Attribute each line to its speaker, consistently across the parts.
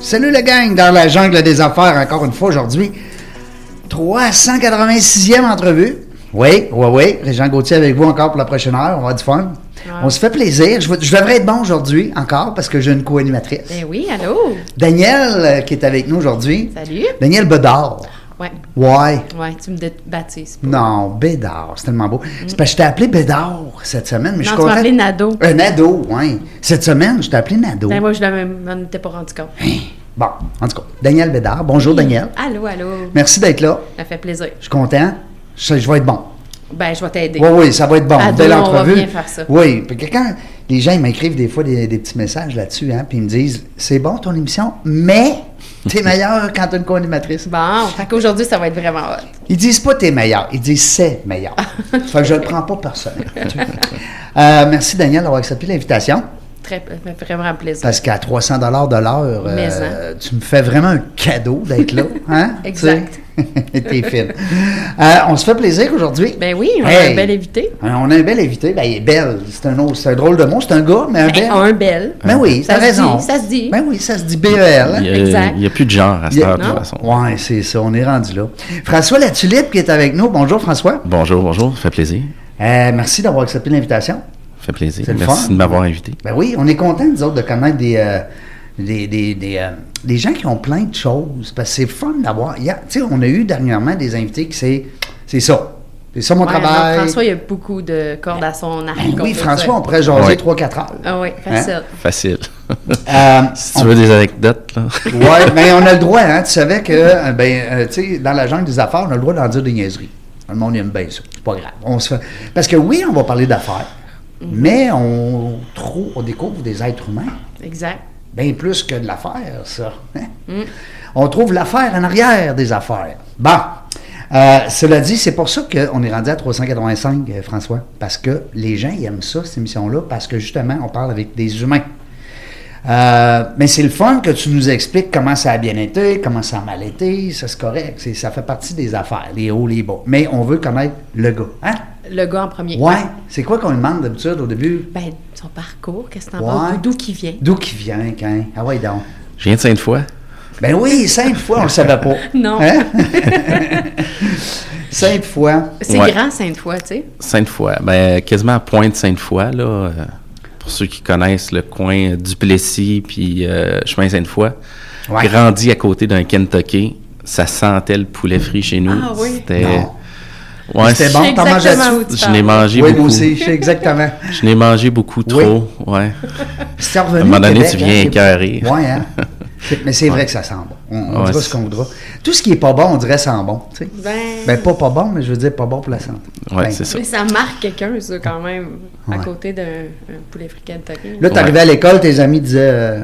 Speaker 1: Salut le gang dans la jungle des affaires, encore une fois aujourd'hui. 386e entrevue. Oui, oui, oui. Régent Gauthier avec vous encore pour la prochaine heure. On va avoir du fun. On se fait plaisir. Je, vais- je devrais être bon aujourd'hui encore parce que j'ai une co-animatrice.
Speaker 2: Ben oui, allô?
Speaker 1: Daniel euh, qui est avec nous aujourd'hui.
Speaker 2: Salut.
Speaker 1: Daniel Bedard.
Speaker 2: Ouais,
Speaker 1: Ouais.
Speaker 2: ouais, tu me dé- baptises.
Speaker 1: Non, Bédard, c'est tellement beau. C'est parce que je t'ai appelé Bédard cette semaine, mais je suis
Speaker 2: Mm. Non, tu m'as
Speaker 1: content.
Speaker 2: appelé Nado.
Speaker 1: Un ado, oui. Cette semaine, je t'ai appelé Nado. Hein.
Speaker 2: Ben moi, je l'avais- m'en étais pas rendu compte.
Speaker 1: Bon, en tout cas, Daniel Bédard. Bonjour, Daniel.
Speaker 2: Allô, allô?
Speaker 1: Merci d'être là.
Speaker 2: Ça fait plaisir.
Speaker 1: Je suis content. Je, sais que je vais être bon.
Speaker 2: Ben, je vais t'aider.
Speaker 1: Oui, oui, ça va être bon.
Speaker 2: À
Speaker 1: Belle
Speaker 2: deux, on va
Speaker 1: entrevue.
Speaker 2: bien faire ça.
Speaker 1: Oui, puis que quand les gens ils m'écrivent des fois des, des petits messages là-dessus, hein, puis ils me disent c'est bon ton émission, mais t'es meilleur quand t'as une co-animatrice.
Speaker 2: Bon, fait qu'aujourd'hui, ça va être vraiment hot.
Speaker 1: Ils disent pas t'es meilleur, ils disent c'est meilleur.
Speaker 2: Ah.
Speaker 1: fait que je le prends pas personnel. Euh, merci Daniel d'avoir accepté l'invitation
Speaker 2: Très, ça fait vraiment plaisir.
Speaker 1: parce qu'à 300 dollars de l'heure, euh,
Speaker 2: Mais, hein.
Speaker 1: tu me fais vraiment un cadeau d'être là, hein
Speaker 2: Exact.
Speaker 1: Tu sais? t'es fine. Euh, on se fait plaisir aujourd'hui.
Speaker 2: Ben oui, on a
Speaker 1: Hey!
Speaker 2: un bel invité.
Speaker 1: Euh, On a un bel invité. Ben, il est belle. C'est un, autre- c'est un drôle de mot. C'est un gars, mais un bel.
Speaker 2: Ben, un bel.
Speaker 1: Ben oui,
Speaker 2: Ça
Speaker 1: t'as
Speaker 2: se
Speaker 1: raison.
Speaker 2: dit, ça se dit.
Speaker 1: Ben oui, ça se dit BEL. hein?
Speaker 3: Il y a-
Speaker 2: Exact.
Speaker 3: Il n'y a, plus de genre à cette heure, de
Speaker 2: Non.
Speaker 3: toute façon.
Speaker 1: Ouais, c'est ça. On est rendu là. François Latulippe qui est avec nous. Bonjour, François.
Speaker 3: Bonjour, bonjour, ça fait plaisir.
Speaker 1: Euh, merci d'avoir accepté l'invitation.
Speaker 3: Ça fait plaisir.
Speaker 1: C'est le
Speaker 3: Merci
Speaker 1: fun.
Speaker 3: de m'avoir invité.
Speaker 1: Ben oui, on est contents, nous autres, de connaître des, euh, des, des, des, euh, des gens qui ont plein de choses. Parce que c'est fun d'avoir. il y a- Tu sais, on a eu dernièrement des invités qui c'est. C'est ça. C'est ça mon
Speaker 2: Ouais,
Speaker 1: travail.
Speaker 2: non, François, il y a beaucoup de cordes à son arc.
Speaker 1: Ben
Speaker 2: on
Speaker 1: oui,
Speaker 2: peut
Speaker 1: François,
Speaker 2: dire.
Speaker 1: on Hein? pourrait jaser
Speaker 3: Ouais.
Speaker 1: 3-4 heures.
Speaker 2: Ah oui, facile.
Speaker 3: Facile.
Speaker 1: Euh,
Speaker 3: si
Speaker 1: on-
Speaker 3: tu veux des anecdotes, là.
Speaker 1: Oui, mais on a le droit, hein. Tu savais que, euh, ben, euh, tu sais, dans la jungle des affaires, on a le droit d'en dire des niaiseries. Le monde aime bien ça. C'est pas grave. On se fait- Parce que oui, on va parler d'affaires, mais on, trop, on découvre des êtres humains.
Speaker 2: Exact.
Speaker 1: Bien plus que de l'affaire, ça. hein. On trouve l'affaire en arrière des affaires. Bon. Euh, cela dit, c'est pour ça qu'on est rendu à 385, euh, François, parce que les gens ils aiment ça, cette émission-là, parce que justement, on parle avec des humains. Euh, mais c'est le fun que tu nous expliques comment ça a bien été, comment ça a mal été, ça c'est correct, c'est- ça fait partie des affaires, les hauts, les bas. Mais on veut connaître le gars, hein?
Speaker 2: Le gars en premier.
Speaker 1: Ouais, c'est quoi qu'on demande d'habitude au début?
Speaker 2: Ben, son parcours, qu'est-ce que t'en
Speaker 1: Ouais. Hein?
Speaker 2: penses? D'où qui vient?
Speaker 1: D'où qui vient, quand? Ah ouais donc.
Speaker 3: Je viens de Sainte-Foy.
Speaker 1: Ben oui, cinq fois, on le savait pas.
Speaker 2: Non.
Speaker 1: Hein? cinq fois.
Speaker 2: C'est
Speaker 3: Ouais.
Speaker 2: grand, Sainte-Foy, tu sais.
Speaker 3: Sainte-Foy. Ben, quasiment à Pointe-Sainte-Foy, là. euh, Pour ceux qui connaissent le coin du Plessis puis euh, chemin Sainte-Foy.
Speaker 1: Ouais.
Speaker 3: Grandi à côté d'un Kentucky. Ça sentait le poulet frit chez nous.
Speaker 2: Ah oui?
Speaker 3: C'était.
Speaker 1: Non.
Speaker 3: Ouais,
Speaker 1: C'était
Speaker 3: c'est-
Speaker 1: Bon,
Speaker 2: Je sais
Speaker 1: t'en manges
Speaker 2: exactement
Speaker 1: à-
Speaker 2: où tu
Speaker 3: Je
Speaker 2: parles.
Speaker 3: n'ai mangé
Speaker 1: Oui, moi
Speaker 3: beaucoup.
Speaker 1: aussi, je sais exactement.
Speaker 3: Je n'ai mangé beaucoup
Speaker 1: Oui.
Speaker 3: trop. Ouais.
Speaker 1: C'est
Speaker 3: À
Speaker 1: revenu.
Speaker 3: un moment
Speaker 1: au
Speaker 3: donné,
Speaker 1: Québec,
Speaker 3: tu
Speaker 1: hein,
Speaker 3: viens
Speaker 1: c'est-
Speaker 3: écœuré.
Speaker 1: Ouais, hein? C'est- Mais c'est vrai que ça sent bon. On, on
Speaker 3: Ouais,
Speaker 1: dira
Speaker 3: c'est-
Speaker 1: ce qu'on voudra. Tout ce qui est pas bon, on dirait sent bon. tu sais.
Speaker 2: Ben-
Speaker 1: Ben, pas pas bon, mais je veux dire pas bon pour la santé.
Speaker 3: Ouais,
Speaker 1: Ben,
Speaker 3: c'est ça.
Speaker 2: Mais ça marque quelqu'un, ça, quand même, à
Speaker 1: Ouais.
Speaker 2: côté d'un un poulet frit Kentucky.
Speaker 1: Là, t'arrivais
Speaker 3: Ouais.
Speaker 1: à l'école, tes amis disaient euh,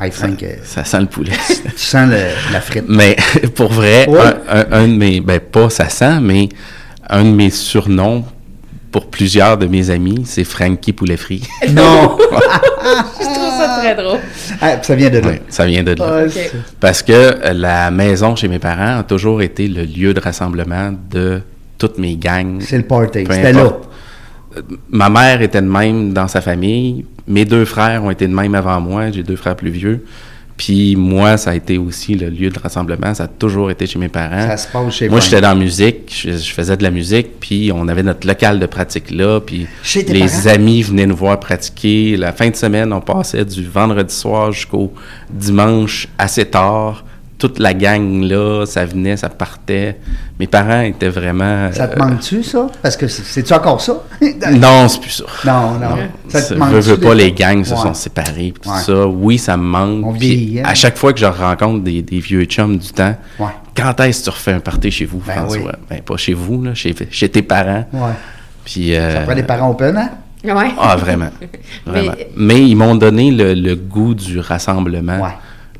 Speaker 1: Hey Frank, euh,
Speaker 3: Ça sent le poulet.
Speaker 1: tu sens le- la frite.
Speaker 3: Mais pour vrai,
Speaker 1: Ouais.
Speaker 3: un, un- un de mes, ben pas ça sent, mais un de mes surnoms pour plusieurs de mes amis, c'est Frankie Poulet Frit.
Speaker 1: Non!
Speaker 2: Je trouve ça très drôle.
Speaker 1: Ah, puis ça vient de là.
Speaker 3: Ouais, ça vient de là.
Speaker 1: Ah,
Speaker 2: Ok.
Speaker 1: c'est-
Speaker 3: Parce que euh, la maison chez mes parents a toujours été le lieu de rassemblement de toutes mes gangs.
Speaker 1: C'est le party.
Speaker 3: Peu
Speaker 1: C'était là.
Speaker 3: importe. Ma mère était de même dans sa famille. Mes deux frères ont été de même avant moi. J'ai deux frères plus vieux. Puis moi, ça a été aussi le lieu de rassemblement. Ça a toujours été chez mes parents.
Speaker 1: Ça se passe chez
Speaker 3: Moi,
Speaker 1: Frank.
Speaker 3: j'étais dans la musique. Je, je faisais de la musique. Puis on avait notre local de pratique là. Puis
Speaker 1: Chez tes
Speaker 3: les
Speaker 1: parents?
Speaker 3: amis venaient nous voir pratiquer. La fin de semaine, on passait du vendredi soir jusqu'au dimanche assez tard. toute la gang là, ça venait, ça partait. Mes parents étaient vraiment.
Speaker 1: Ça te
Speaker 3: euh,
Speaker 1: manque-tu, ça? Parce que c'est- c'est-tu encore ça?
Speaker 3: Non, c'est plus ça.
Speaker 1: non, non. Ça te
Speaker 3: Ça,
Speaker 1: manque-tu
Speaker 3: veux, veux
Speaker 1: des
Speaker 3: pas,
Speaker 1: fois?
Speaker 3: les gangs se
Speaker 1: Ouais.
Speaker 3: sont séparés, pis tout
Speaker 1: Ouais.
Speaker 3: ça. Oui, ça me manque.
Speaker 1: On
Speaker 3: Puis
Speaker 1: vieillit, hein.
Speaker 3: à chaque fois que je rencontre des, des vieux chums du temps,
Speaker 1: Ouais.
Speaker 3: quand est-ce que tu refais un party chez vous,
Speaker 1: Ben
Speaker 3: François?
Speaker 1: oui.
Speaker 3: Ben, pas chez vous, là, chez, chez tes parents.
Speaker 1: Ouais.
Speaker 3: Puis, euh,
Speaker 1: Après, les parents open, hein?
Speaker 2: Ouais.
Speaker 3: Ah, vraiment. Vraiment.
Speaker 2: Mais-
Speaker 3: Mais, ils m'ont donné le, le goût du rassemblement.
Speaker 1: Ouais.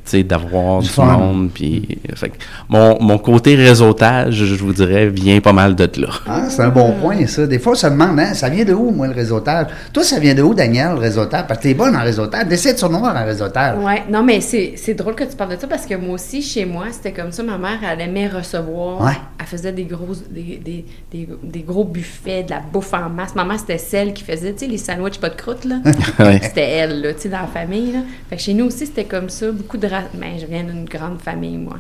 Speaker 3: Tu sais, d'avoir du,
Speaker 1: fun.
Speaker 3: monde. Puis, euh, fait que mon, mon côté réseautage, je vous dirais, vient pas mal de là.
Speaker 1: Hein, c'est un bon point, ça. Des fois, on se demande, hein, ça vient de où, moi, le réseautage? Toi, ça vient de où, Daniel, le réseautage? Parce que t'es bonne en réseautage. T'essaies de surnoir en réseautage.
Speaker 2: Ouais, non, mais c'est c'est drôle que tu parles de ça parce que moi aussi, chez moi, c'était comme ça. Ma mère, elle aimait recevoir.
Speaker 1: Ouais.
Speaker 2: Elle faisait des gros, des, des, des, des gros buffets, de la bouffe en masse. Ma mère, c'était celle qui faisait, tu sais, les sandwichs pas de croûte, là.
Speaker 3: Ouais.
Speaker 2: C'était elle, là, tu sais, dans la famille, là. Fait que chez nous aussi, c'était comme ça. Beaucoup de. ra- Ben, je viens d'une grande famille, moi.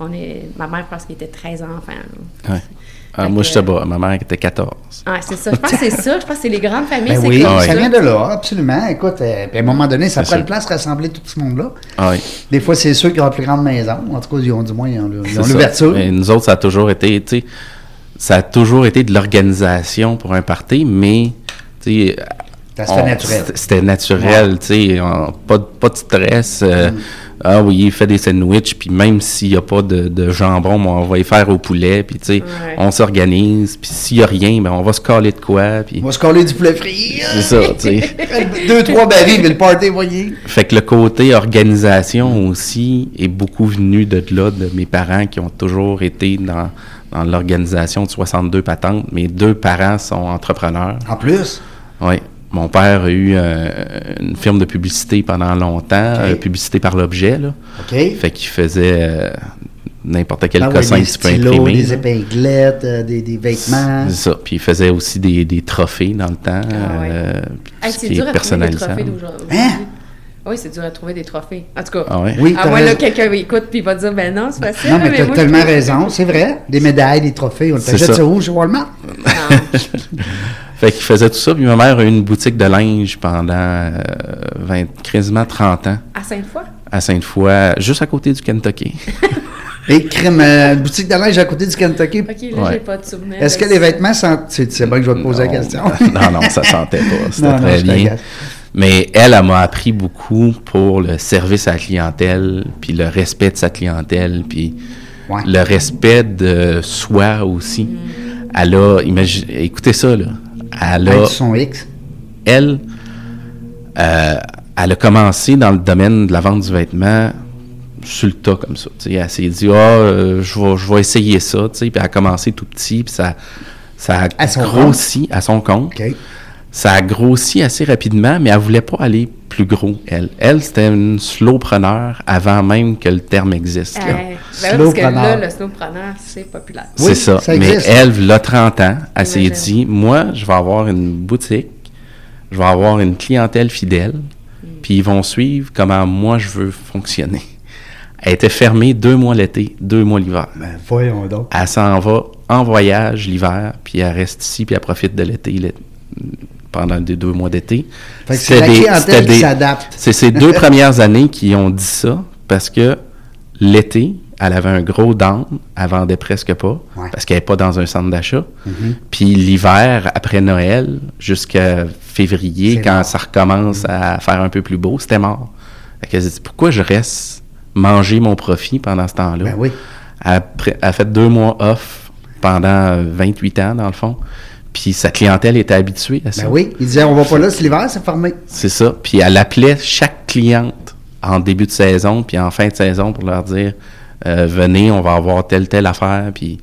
Speaker 2: On est... Ma mère, je pense qu'il était 13 enfants, là.
Speaker 3: Ouais. Ah,
Speaker 2: Fait
Speaker 3: moi,
Speaker 2: que-
Speaker 3: je sais pas. Ma mère était 14.
Speaker 2: Ouais, c'est ça. Je pense que c'est ça. Je pense que c'est les grandes familles.
Speaker 1: Ben
Speaker 2: c'est
Speaker 1: oui,
Speaker 2: comme
Speaker 3: Ah
Speaker 1: ça
Speaker 3: ouais.
Speaker 1: vient de là, absolument. Écoute, euh, puis à un moment donné, ça
Speaker 3: C'est
Speaker 1: prend
Speaker 3: sûr.
Speaker 1: une place rassembler tout ce monde-là.
Speaker 3: Ah oui.
Speaker 1: Des fois, c'est ceux qui ont la plus grande maison. En tout cas, ils ont du moins ils ont- ils ont
Speaker 3: C'est ça.
Speaker 1: l'ouverture.
Speaker 3: Mais nous autres, ça a toujours été, tu sais, ça a toujours été de l'organisation pour un party, mais, tu sais,
Speaker 1: Ça se fait
Speaker 3: on-
Speaker 1: naturel.
Speaker 3: c'était- C'était naturel, tu sais, on- pas, de- pas de stress.
Speaker 1: Mm.
Speaker 3: euh, Ah oui, il fait des sandwichs, puis même s'il n'y a pas de, de jambon, ben, on va y faire au poulet, puis tu sais,
Speaker 2: Ouais.
Speaker 3: on s'organise, puis s'il n'y a rien, ben on va se caler de quoi, puis
Speaker 1: On va se coller du poulet frit.
Speaker 3: c'est ça, tu sais.
Speaker 1: Deux, trois barils, puis le party, voyez.
Speaker 3: Fait que le côté organisation aussi est beaucoup venu de là, de mes parents qui ont toujours été dans, dans l'organisation de 62 patentes. Mes deux parents sont entrepreneurs.
Speaker 1: En plus,
Speaker 3: Oui. Mon père a eu euh, une firme de publicité pendant longtemps,
Speaker 1: Ok.
Speaker 3: euh, publicité par l'objet. Là.
Speaker 1: OK?
Speaker 3: Fait qu'il faisait euh, n'importe quel
Speaker 1: Ah ouais,
Speaker 3: cossin
Speaker 1: des
Speaker 3: que tu peux
Speaker 1: stylos,
Speaker 3: imprimer.
Speaker 1: Des
Speaker 3: là.
Speaker 1: épinglettes, euh, des, des vêtements.
Speaker 3: C'est ça. Puis il faisait aussi des, des trophées dans le temps.
Speaker 2: Ah ouais.
Speaker 3: euh, puis tout
Speaker 2: Hey,
Speaker 3: ce
Speaker 2: c'est
Speaker 3: qui est
Speaker 2: dur à trouver des
Speaker 3: personnalisable.
Speaker 2: trophées d'aujourd'hui.
Speaker 1: Hein?
Speaker 2: Oui, c'est dur à trouver des trophées. En tout cas.
Speaker 3: Ah ouais?
Speaker 1: Oui,
Speaker 2: Ah
Speaker 1: t'as
Speaker 2: ouais, là,
Speaker 1: raison.
Speaker 2: quelqu'un écoute puis il va dire, ben non, c'est facile.
Speaker 1: Non, Ah, mais t'as
Speaker 2: moi, je
Speaker 1: tellement
Speaker 2: trouve-
Speaker 1: raison, c'est vrai. Des médailles, des trophées, on
Speaker 3: C'est
Speaker 1: t'achète
Speaker 3: ça.
Speaker 1: ça où, chez Walmart?
Speaker 2: Non.
Speaker 3: Fait qu'il faisait tout ça. Puis ma mère a eu une boutique de linge pendant euh, 20, quasiment 30 ans
Speaker 2: À Sainte-Foy?
Speaker 3: à Sainte-Foy, juste à côté du Kentucky.
Speaker 1: Et crème, euh, boutique de linge à côté du Kentucky.
Speaker 2: OK, là,
Speaker 3: Ouais.
Speaker 2: j'ai pas de souvenir.
Speaker 1: Est-ce
Speaker 2: de
Speaker 1: que les
Speaker 2: ça.
Speaker 1: vêtements sont... C'est c'est bon que je vais te poser la question.
Speaker 3: non, non, ça sentait pas. C'était
Speaker 1: Non, non,
Speaker 3: très
Speaker 1: je
Speaker 3: bien.
Speaker 1: t'agace.
Speaker 3: Mais elle, elle m'a appris beaucoup pour le service à la clientèle, puis le respect de sa clientèle, puis
Speaker 1: Ouais.
Speaker 3: le respect de soi aussi. Elle a, imagine- écoutez ça, là. Elle a
Speaker 1: Avec son X.
Speaker 3: elle, euh, elle a commencé dans le domaine de la vente du vêtement sur le tas comme ça. tu sais. Elle s'est dit, ah, euh, je vais je vais essayer ça. tu sais. Puis elle a commencé tout petit, puis ça, ça
Speaker 1: À
Speaker 3: a
Speaker 1: son
Speaker 3: grossi à son compte.
Speaker 1: OK.
Speaker 3: Ça a grossi assez rapidement, mais elle voulait pas aller plus gros, elle. Elle, c'était une slowpreneur avant même que le terme existe. là.
Speaker 2: Eh, ben oui, parce que là,
Speaker 1: Slowpreneur.
Speaker 2: le snowpreneur, c'est populaire.
Speaker 3: C'est
Speaker 1: Oui,
Speaker 3: ça.
Speaker 1: ça
Speaker 3: Mais
Speaker 1: existe.
Speaker 3: elle, elle a 30 ans, elle s'est
Speaker 2: Imagine.
Speaker 3: dit, moi, je vais avoir une boutique, je vais avoir une clientèle fidèle, puis ils vont suivre comment moi je veux fonctionner. Elle était fermée deux mois l'été, deux mois l'hiver.
Speaker 1: Ben, voyons donc.
Speaker 3: Elle s'en va en voyage l'hiver, puis elle reste ici, puis elle profite de l'été l'é- pendant les deux mois d'été.
Speaker 1: Fait que
Speaker 3: C'était
Speaker 1: c'est la
Speaker 3: des-
Speaker 1: clientèle qui
Speaker 3: c'était des-
Speaker 1: s'adapte.
Speaker 3: C'est ces deux premières années qui ont dit ça parce que l'été, elle avait un gros down, elle vendait presque pas
Speaker 1: Ouais. Mm-hmm.
Speaker 3: parce qu'elle n'est pas dans un centre d'achat. Puis l'hiver, après Noël, jusqu'à février,
Speaker 1: C'est
Speaker 3: quand
Speaker 1: mort. Mm-hmm.
Speaker 3: ça recommence à faire un peu plus beau, c'était mort. Fait qu'elle s'est dit, pourquoi je reste manger mon profit pendant ce temps-là?
Speaker 1: Ben oui.
Speaker 3: Après, elle a fait deux mois off pendant 28 ans, dans le fond. Puis sa clientèle était habituée à ça.
Speaker 1: Ben oui, il disait, on va pas là, c'est l'hiver, c'est fermé.
Speaker 3: C'est ça. Puis elle appelait chaque cliente en début de saison, puis en fin de saison pour leur dire euh, venez, on va avoir telle, telle affaire. Puis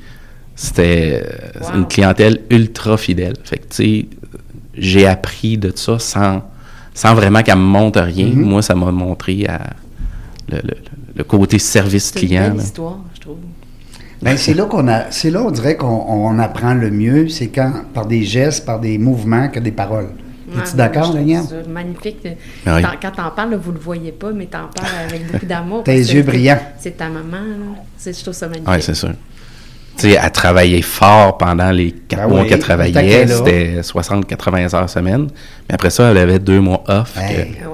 Speaker 3: c'était euh,
Speaker 2: Wow.
Speaker 3: une clientèle ultra fidèle. Fait que, tu sais, j'ai appris de ça sans, sans vraiment qu'elle me montre rien.
Speaker 1: Mm-hmm.
Speaker 3: Moi, ça m'a montré à le, le- le côté service
Speaker 2: C'est une
Speaker 3: client.
Speaker 2: belle
Speaker 3: là.
Speaker 2: histoire, je trouve.
Speaker 1: Ben, c'est là qu'on a, c'est là, on dirait qu'on on apprend le mieux, c'est quand, par des gestes, par des mouvements, que des paroles. Es-tu
Speaker 2: Ouais, je
Speaker 1: d'accord,
Speaker 2: trouve
Speaker 1: Daniel?
Speaker 2: ça Magnifique.
Speaker 3: Ah oui.
Speaker 2: T'en- Quand t'en parles, là, vous le voyez pas, mais t'en parles avec beaucoup d'amour.
Speaker 1: Tes
Speaker 2: parce que
Speaker 1: yeux
Speaker 2: c'est-
Speaker 1: brillants.
Speaker 2: C'est ta maman, là. C'est- Je trouve ça magnifique.
Speaker 3: Oui, c'est sûr. Tu sais, elle travaillait fort pendant les quatre
Speaker 1: Ben
Speaker 3: mois
Speaker 1: oui,
Speaker 3: qu'elle
Speaker 1: tant qu'elle est
Speaker 3: travaillait.
Speaker 1: là. Ben,
Speaker 3: C'était 60-80 heures semaine. Mais après ça, elle avait deux mois off.
Speaker 1: Hey.
Speaker 3: que-
Speaker 2: Ah, Wow.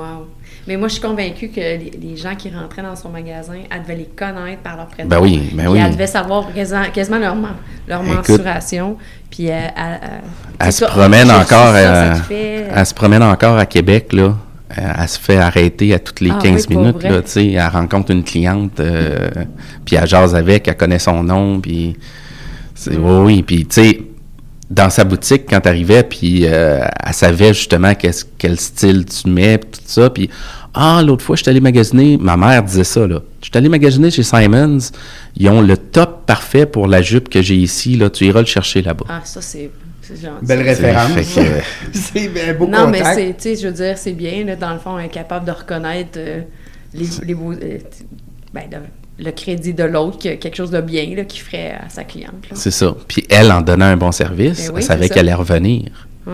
Speaker 2: Mais moi, je suis convaincue que les, les gens qui rentraient dans son magasin, elle devait les connaître par leur prénom.
Speaker 3: Ben oui, ben
Speaker 2: Puis
Speaker 3: oui.
Speaker 2: Elle devait savoir quasiment, quasiment leur, men- leur
Speaker 3: Écoute.
Speaker 2: mensuration. Puis euh, elle, elle- elle-
Speaker 3: Elle
Speaker 2: c'est
Speaker 3: se
Speaker 2: ça,
Speaker 3: promène
Speaker 2: je-
Speaker 3: encore
Speaker 2: ça, ça
Speaker 3: à-
Speaker 2: te fait- euh,
Speaker 3: elle se promène encore à Québec, là. Euh, Elle se fait arrêter à toutes les
Speaker 2: Ah
Speaker 3: 15
Speaker 2: oui, pour
Speaker 3: minutes,
Speaker 2: vrai.
Speaker 3: là, tu sais. Elle rencontre une cliente, euh, puis elle jase avec, elle connaît son nom, puis... c'est- Oui, oui, puis tu sais, dans sa boutique, quand t'arrivais, puis euh, elle savait justement qu'est-ce- quel style tu mets, puis tout ça, puis... Ah, l'autre fois, je suis allé magasiner, ma mère disait ça, là. Je suis allé magasiner chez Simons, ils ont le top parfait pour la jupe que j'ai ici, là. Tu iras le chercher là-bas.
Speaker 2: Ah, ça, c'est c'est gentil.
Speaker 1: Belle référence.
Speaker 3: Fait que-
Speaker 1: c'est ben, beau
Speaker 2: Non, mais
Speaker 1: contact.
Speaker 2: c'est, tu sais, je veux dire, c'est bien, là, dans le fond, être capable de reconnaître euh, les, les beaux- euh, t- ben, le, le crédit de l'autre, que- quelque chose de bien là, qu'il ferait à sa cliente. là.
Speaker 3: C'est ça. Puis elle, en donnant un bon service,
Speaker 2: Ben oui,
Speaker 3: elle
Speaker 2: c'est
Speaker 3: savait
Speaker 2: ça.
Speaker 3: qu'elle allait revenir.
Speaker 2: Ouais.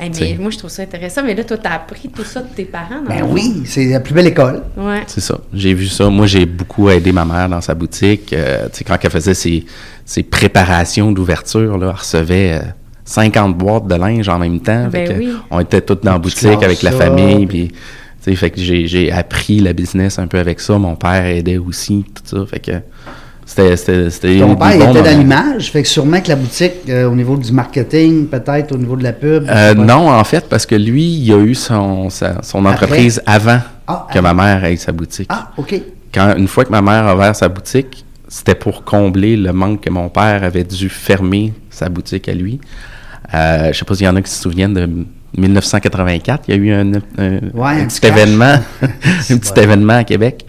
Speaker 2: Hey, mais
Speaker 3: T'sais.
Speaker 2: moi, je trouve ça intéressant. Mais là, toi, t'as appris tout ça de tes parents. dans
Speaker 1: Ben
Speaker 2: le
Speaker 1: oui, c'est la plus belle école.
Speaker 2: fond. Ouais.
Speaker 3: C'est ça. J'ai vu ça. Moi, j'ai beaucoup aidé ma mère dans sa boutique. Euh, tu sais, quand elle faisait ses, ses préparations d'ouverture, là, elle recevait euh, 50 boîtes de linge en même temps. Fait
Speaker 2: Ben
Speaker 3: que,
Speaker 2: oui.
Speaker 3: On était toutes dans la
Speaker 1: Petit
Speaker 3: boutique avec la
Speaker 1: classe,
Speaker 3: famille.
Speaker 1: ça.
Speaker 3: Puis, tu sais, fait que j'ai, j'ai appris la business un peu avec ça. Mon père aidait aussi, tout ça. Fait que c'était... c'était, c'était
Speaker 1: Ton
Speaker 3: des
Speaker 1: père il
Speaker 3: bons
Speaker 1: était dans
Speaker 3: moments.
Speaker 1: l'image, fait que sûrement que la boutique, euh, au niveau du marketing, peut-être au niveau de la pub.
Speaker 3: Euh,
Speaker 1: je sais pas.
Speaker 3: non, en fait, parce que lui, il a eu son, sa- son
Speaker 1: Après.
Speaker 3: entreprise avant
Speaker 1: Ah,
Speaker 3: que ma mère ait sa boutique.
Speaker 1: Ah, OK.
Speaker 3: Quand, une fois que ma mère a ouvert sa boutique, c'était pour combler le manque que mon père avait dû fermer sa boutique à lui. Euh, je sais pas s'il y en a qui se souviennent de 1984, il y a eu un, un- un
Speaker 1: un
Speaker 3: petit
Speaker 1: crash.
Speaker 3: événement, un
Speaker 1: C'est
Speaker 3: petit
Speaker 1: bon.
Speaker 3: événement à Québec.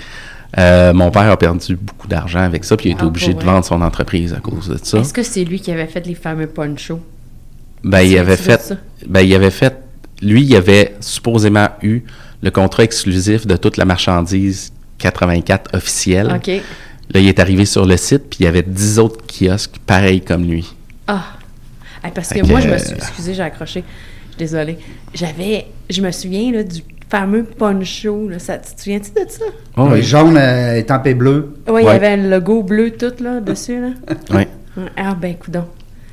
Speaker 3: Euh, mon père a perdu beaucoup d'argent avec ça, puis il a été
Speaker 2: Ah,
Speaker 3: obligé
Speaker 2: pour
Speaker 3: de
Speaker 2: vrai?
Speaker 3: vendre son entreprise à cause de ça.
Speaker 2: Est-ce que c'est lui qui avait fait les fameux ponchos?
Speaker 3: Ben, il
Speaker 2: C'est-
Speaker 3: avait
Speaker 2: c'est vrai,
Speaker 3: fait.
Speaker 2: ça.
Speaker 3: Ben, il avait fait. Lui, il avait supposément eu le contrat exclusif de toute la marchandise 84 officielle.
Speaker 2: OK.
Speaker 3: Là, il est arrivé sur le site, puis il y avait 10 autres kiosques pareils comme lui.
Speaker 2: Ah! Hey, parce
Speaker 3: Fait
Speaker 2: que
Speaker 3: que-
Speaker 2: moi, je
Speaker 1: euh,
Speaker 2: me suis... Excusez, j'ai accroché. Je suis Désolée. J'avais... Je me souviens, là, du fameux poncho. Là. Ça, tu te souviens-tu de ça?
Speaker 3: Oh,
Speaker 1: Le jaune euh, étampé bleu.
Speaker 2: Oui, il y
Speaker 3: Ouais.
Speaker 2: avait le logo bleu tout, là, dessus, là.
Speaker 3: Ouais.
Speaker 2: Ah, ben, coudon.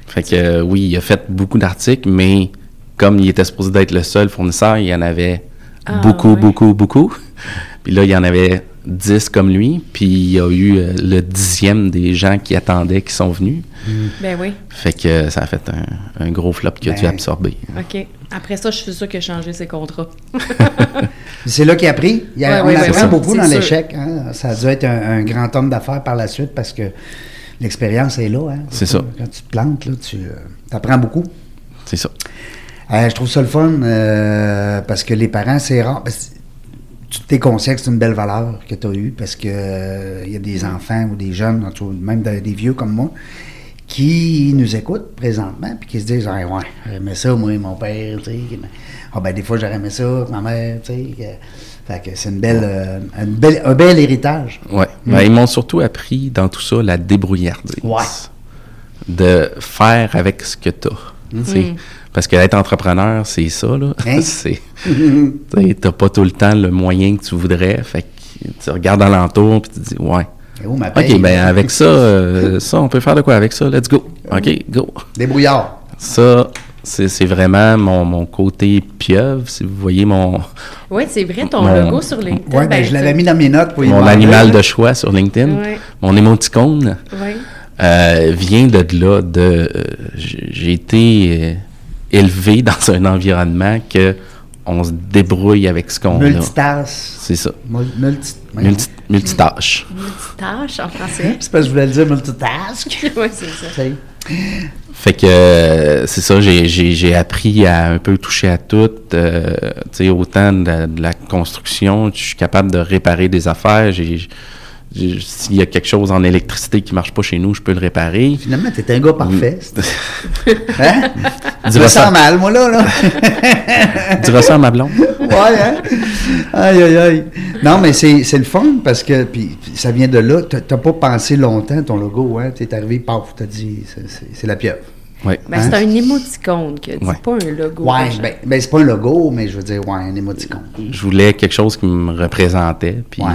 Speaker 3: Fait que euh, oui, il a fait beaucoup d'articles, mais comme il était supposé d'être le seul fournisseur, il y en avait
Speaker 2: Ah,
Speaker 3: beaucoup,
Speaker 2: ouais.
Speaker 3: beaucoup, beaucoup. Puis là, il y en avait 10 comme lui, puis il y a eu euh, le dixième des gens qui attendaient qui sont venus.
Speaker 2: Ben oui,
Speaker 3: Fait que euh, ça a fait un, un gros flop qu'il a dû
Speaker 1: Ben.
Speaker 3: absorber.
Speaker 2: OK. Après ça, je suis sûre qu'il a changé ses contrats.
Speaker 1: C'est là qu'il a appris. Il a-
Speaker 2: Ouais,
Speaker 1: on
Speaker 2: ouais, ouais,
Speaker 1: apprend
Speaker 2: ouais,
Speaker 1: beaucoup
Speaker 2: c'est
Speaker 1: dans
Speaker 2: sûr.
Speaker 1: l'échec. hein. Ça a dû être un, un grand homme d'affaires par la suite parce que l'expérience est là. hein.
Speaker 3: C'est ça.
Speaker 1: Quand tu te plantes, là, tu apprends beaucoup.
Speaker 3: C'est ça.
Speaker 1: Euh, je trouve ça le fun euh, parce que les parents, c'est rare. parce que tu t'es conscient que c'est une belle valeur que tu as eue parce que euh, il y a des enfants ou des jeunes, en tout- même de- des vieux comme moi, qui nous écoutent présentement puis qui se disent ah Ouais, j'aimais ça, moi et mon père. tu sais. Ah, ben, des fois, j'aurais aimé ça, ma mère. tu sais. que- Fait que c'est une belle, euh, une belle, un bel héritage.
Speaker 3: Ouais. Ben, ils m'ont surtout appris dans tout ça la débrouillardise.
Speaker 1: Mm. Ouais.
Speaker 3: De faire avec ce que t'as. tu sais. Parce que être entrepreneur, c'est ça, là.
Speaker 1: Mm. Hein?
Speaker 3: c'est, tu sais, t'as pas tout le temps le moyen que tu voudrais. Fait que tu regardes alentour puis tu dis, ouais.
Speaker 1: Et où oh, ma paye?
Speaker 3: OK, ben avec ça, euh, ça, on peut faire de quoi avec ça? Let's go. OK, go.
Speaker 1: Débrouillard.
Speaker 3: Ça, c'est, c'est vraiment mon, mon côté pieuvre, si vous voyez mon,
Speaker 2: Oui, c'est vrai, ton
Speaker 3: Mon-
Speaker 2: logo sur les...
Speaker 1: Ouais, ben, je l'avais mis dans mes notes pour y
Speaker 3: mon
Speaker 1: demander.
Speaker 3: animal de choix sur LinkedIn,
Speaker 2: Ouais.
Speaker 3: mon émoticône.
Speaker 2: Oui.
Speaker 3: euh, vient de là, de euh, j'ai j'ai été euh, élevé dans un environnement que on se débrouille avec ce qu'on a.
Speaker 1: Multitasse.
Speaker 3: C'est ça.
Speaker 1: Mul- multi-
Speaker 3: Multi- multitâche.
Speaker 2: Multitâche en français.
Speaker 1: C'est parce que je voulais le dire multitask.
Speaker 2: oui, Hein? c'est ça.
Speaker 1: Tu sais.
Speaker 3: Fait que euh, c'est ça, j'ai- j'ai j'ai appris à un peu toucher à tout. euh, tu sais, autant de, la- de la construction, je suis capable de réparer des affaires. j'ai- j'ai- S'il y a quelque chose en électricité qui marche pas chez nous, je peux le réparer.
Speaker 1: Finalement, t'es un gars parfait. c'est- hein? Je me
Speaker 3: Dis-le
Speaker 1: sens
Speaker 3: ça,
Speaker 1: mal, moi, là. là.
Speaker 3: dis-le ça à ma blonde.
Speaker 1: ouais, hein? Aïe, aïe, aïe. Non, mais c'est c'est le fun parce que puis, puis ça vient de là. T'as t'as pas pensé longtemps ton logo, hein? T'es arrivé, paf, t'as dit, c'est- c'est c'est la pieuvre.
Speaker 3: Ouais.
Speaker 2: Ben,
Speaker 1: Hein?
Speaker 2: c'est un émoticône que dit
Speaker 3: Ouais.
Speaker 2: pas un logo.
Speaker 1: Ouais,
Speaker 2: Richard.
Speaker 1: ben, ben, c'est pas un logo, mais je veux dire, ouais, un émoticône.
Speaker 3: je voulais quelque chose qui me représentait. Puis,
Speaker 1: Ouais.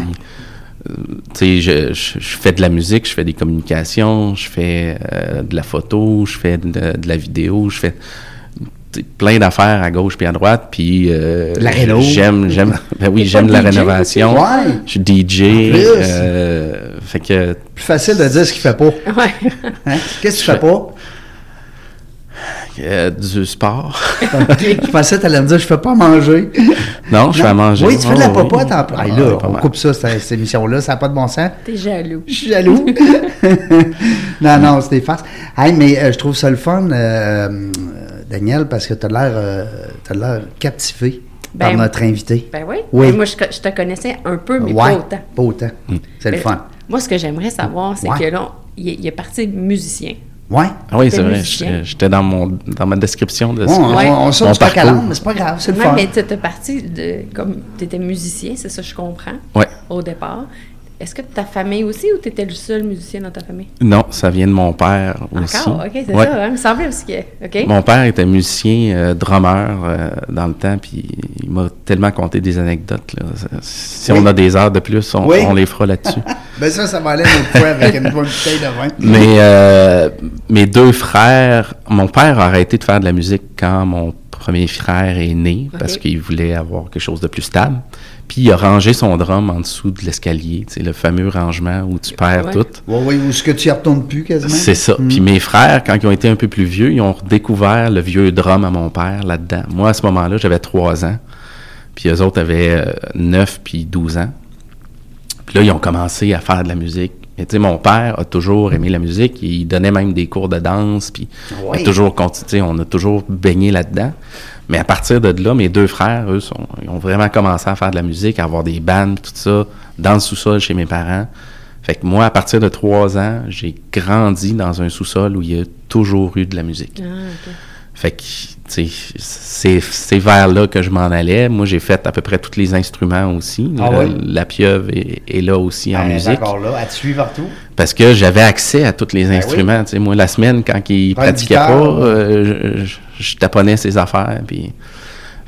Speaker 3: euh, tu sais, je, je- je fais de la musique, je fais des communications, je fais euh, de la photo, je fais de, de la vidéo, je fais. tu sais, t'sais, plein d'affaires à gauche puis à droite. Puis euh,
Speaker 1: La réno.
Speaker 3: J'aime, j'aime, ben oui,
Speaker 2: T'es
Speaker 3: j'aime
Speaker 2: pas
Speaker 3: la
Speaker 2: DJ,
Speaker 3: rénovation.
Speaker 1: aussi? Ouais.
Speaker 3: Je suis DJ.
Speaker 1: plus.
Speaker 3: euh, fait que
Speaker 1: Plus facile de dire ce qu'il fait pas.
Speaker 2: Ouais.
Speaker 1: Hein? Qu'est-ce que tu fais pas?
Speaker 3: euh, du sport.
Speaker 1: je pensais que tu allais me dire, je fais pas manger.
Speaker 3: non, je vais manger.
Speaker 1: Oui, tu fais de la
Speaker 3: Oh, oui.
Speaker 1: popote en plein.
Speaker 3: Ah,
Speaker 1: là,
Speaker 3: pas
Speaker 1: on
Speaker 3: mal.
Speaker 1: coupe ça, cette, cette émission-là, ça n'a pas de bon sens.
Speaker 2: T'es jaloux.
Speaker 1: Je suis jaloux. non, non, c'était farce. Hey, mais euh, je trouve ça le fun, euh, euh, Daniel, parce que tu as l'air euh, t'as l'air captivé par
Speaker 2: Ben,
Speaker 1: notre invité.
Speaker 2: Ben oui.
Speaker 1: Oui.
Speaker 2: Moi, je, co- je te connaissais un peu, mais
Speaker 1: Ouais,
Speaker 2: pas autant. Euh,
Speaker 1: Pas autant.
Speaker 3: Hmm.
Speaker 1: C'est le
Speaker 2: Mais
Speaker 1: fun.
Speaker 2: Moi, ce que j'aimerais savoir, c'est
Speaker 1: Ouais.
Speaker 2: que là, on- il est, il est parti musicien.
Speaker 1: Ouais.
Speaker 3: Ah oui,
Speaker 2: T'es
Speaker 3: c'est vrai.
Speaker 2: musicien.
Speaker 3: j'étais- J'étais dans mon dans ma description de
Speaker 1: Bon, on,
Speaker 2: Ouais.
Speaker 1: on sort
Speaker 3: Mon
Speaker 1: du coq à
Speaker 3: parcours.
Speaker 1: l'âne, mais c'est pas grave, c'est le
Speaker 2: Ouais,
Speaker 1: fun.
Speaker 2: mais tu es parti de. Comme tu étais musicien, c'est ça, je comprends,
Speaker 3: Ouais.
Speaker 2: au départ. Est-ce que ta famille aussi ou tu étais le seul musicien dans ta famille?
Speaker 3: Non, ça vient de mon père aussi.
Speaker 2: Encore? OK, c'est
Speaker 3: Ouais.
Speaker 2: ça. hein, Il me semblait aussi que. OK? Ah,
Speaker 3: Mon père était musicien, euh, drummer euh, dans le temps, puis il m'a tellement conté des anecdotes. là. Si
Speaker 1: Oui.
Speaker 3: on a des heures de plus, on,
Speaker 1: Oui.
Speaker 3: on les fera là-dessus.
Speaker 1: Ben ça, ça va aller notre fois avec une bonne bouteille de vin.
Speaker 3: Mais euh, mes deux frères, mon père a arrêté de faire de la musique quand mon premier frère est né
Speaker 2: Ok.
Speaker 3: parce qu'il voulait avoir quelque chose de plus stable. Puis il a rangé son drum en dessous de l'escalier, tu sais, le fameux rangement où tu perds
Speaker 2: Ouais.
Speaker 3: tout.
Speaker 1: Oui, oui, ou ce que tu y retournes plus quasiment.
Speaker 3: C'est ça. Puis mes frères, quand ils ont été un peu plus vieux, ils ont redécouvert le vieux drum à mon père là-dedans. Moi, à ce moment-là, j'avais 3 ans. Puis eux autres avaient euh, 9 puis 12 ans. Puis là, ils ont commencé à faire de la musique. Mais tu sais, mon père a toujours aimé la musique. Il donnait même des cours de danse. Puis on a
Speaker 1: Ouais.
Speaker 3: toujours conti- tu sais, on a toujours baigné là-dedans. Mais à partir de là, mes deux frères, eux, sont, ils ont vraiment commencé à faire de la musique, à avoir des bands, tout ça, dans le sous-sol chez mes parents. Fait que moi, à partir de trois ans, j'ai grandi dans un sous-sol où il y a toujours eu de la musique.
Speaker 2: Ah, OK.
Speaker 3: Fait que, tu sais, c'est c'est vers là que je m'en allais. Moi, j'ai fait à peu près tous les instruments aussi.
Speaker 1: Ah
Speaker 3: Le-
Speaker 1: ouais?
Speaker 3: La pieuvre est, est là aussi en
Speaker 1: Ben,
Speaker 3: musique.
Speaker 1: D'accord, Ben là, à te suivre partout.
Speaker 3: Parce que j'avais accès à tous les instruments. Tu sais, moi, la semaine, quand ils
Speaker 1: Prends une
Speaker 3: pratiquaient
Speaker 1: guitare.
Speaker 3: pas, euh, je, je- je taponnais ses affaires. Puis...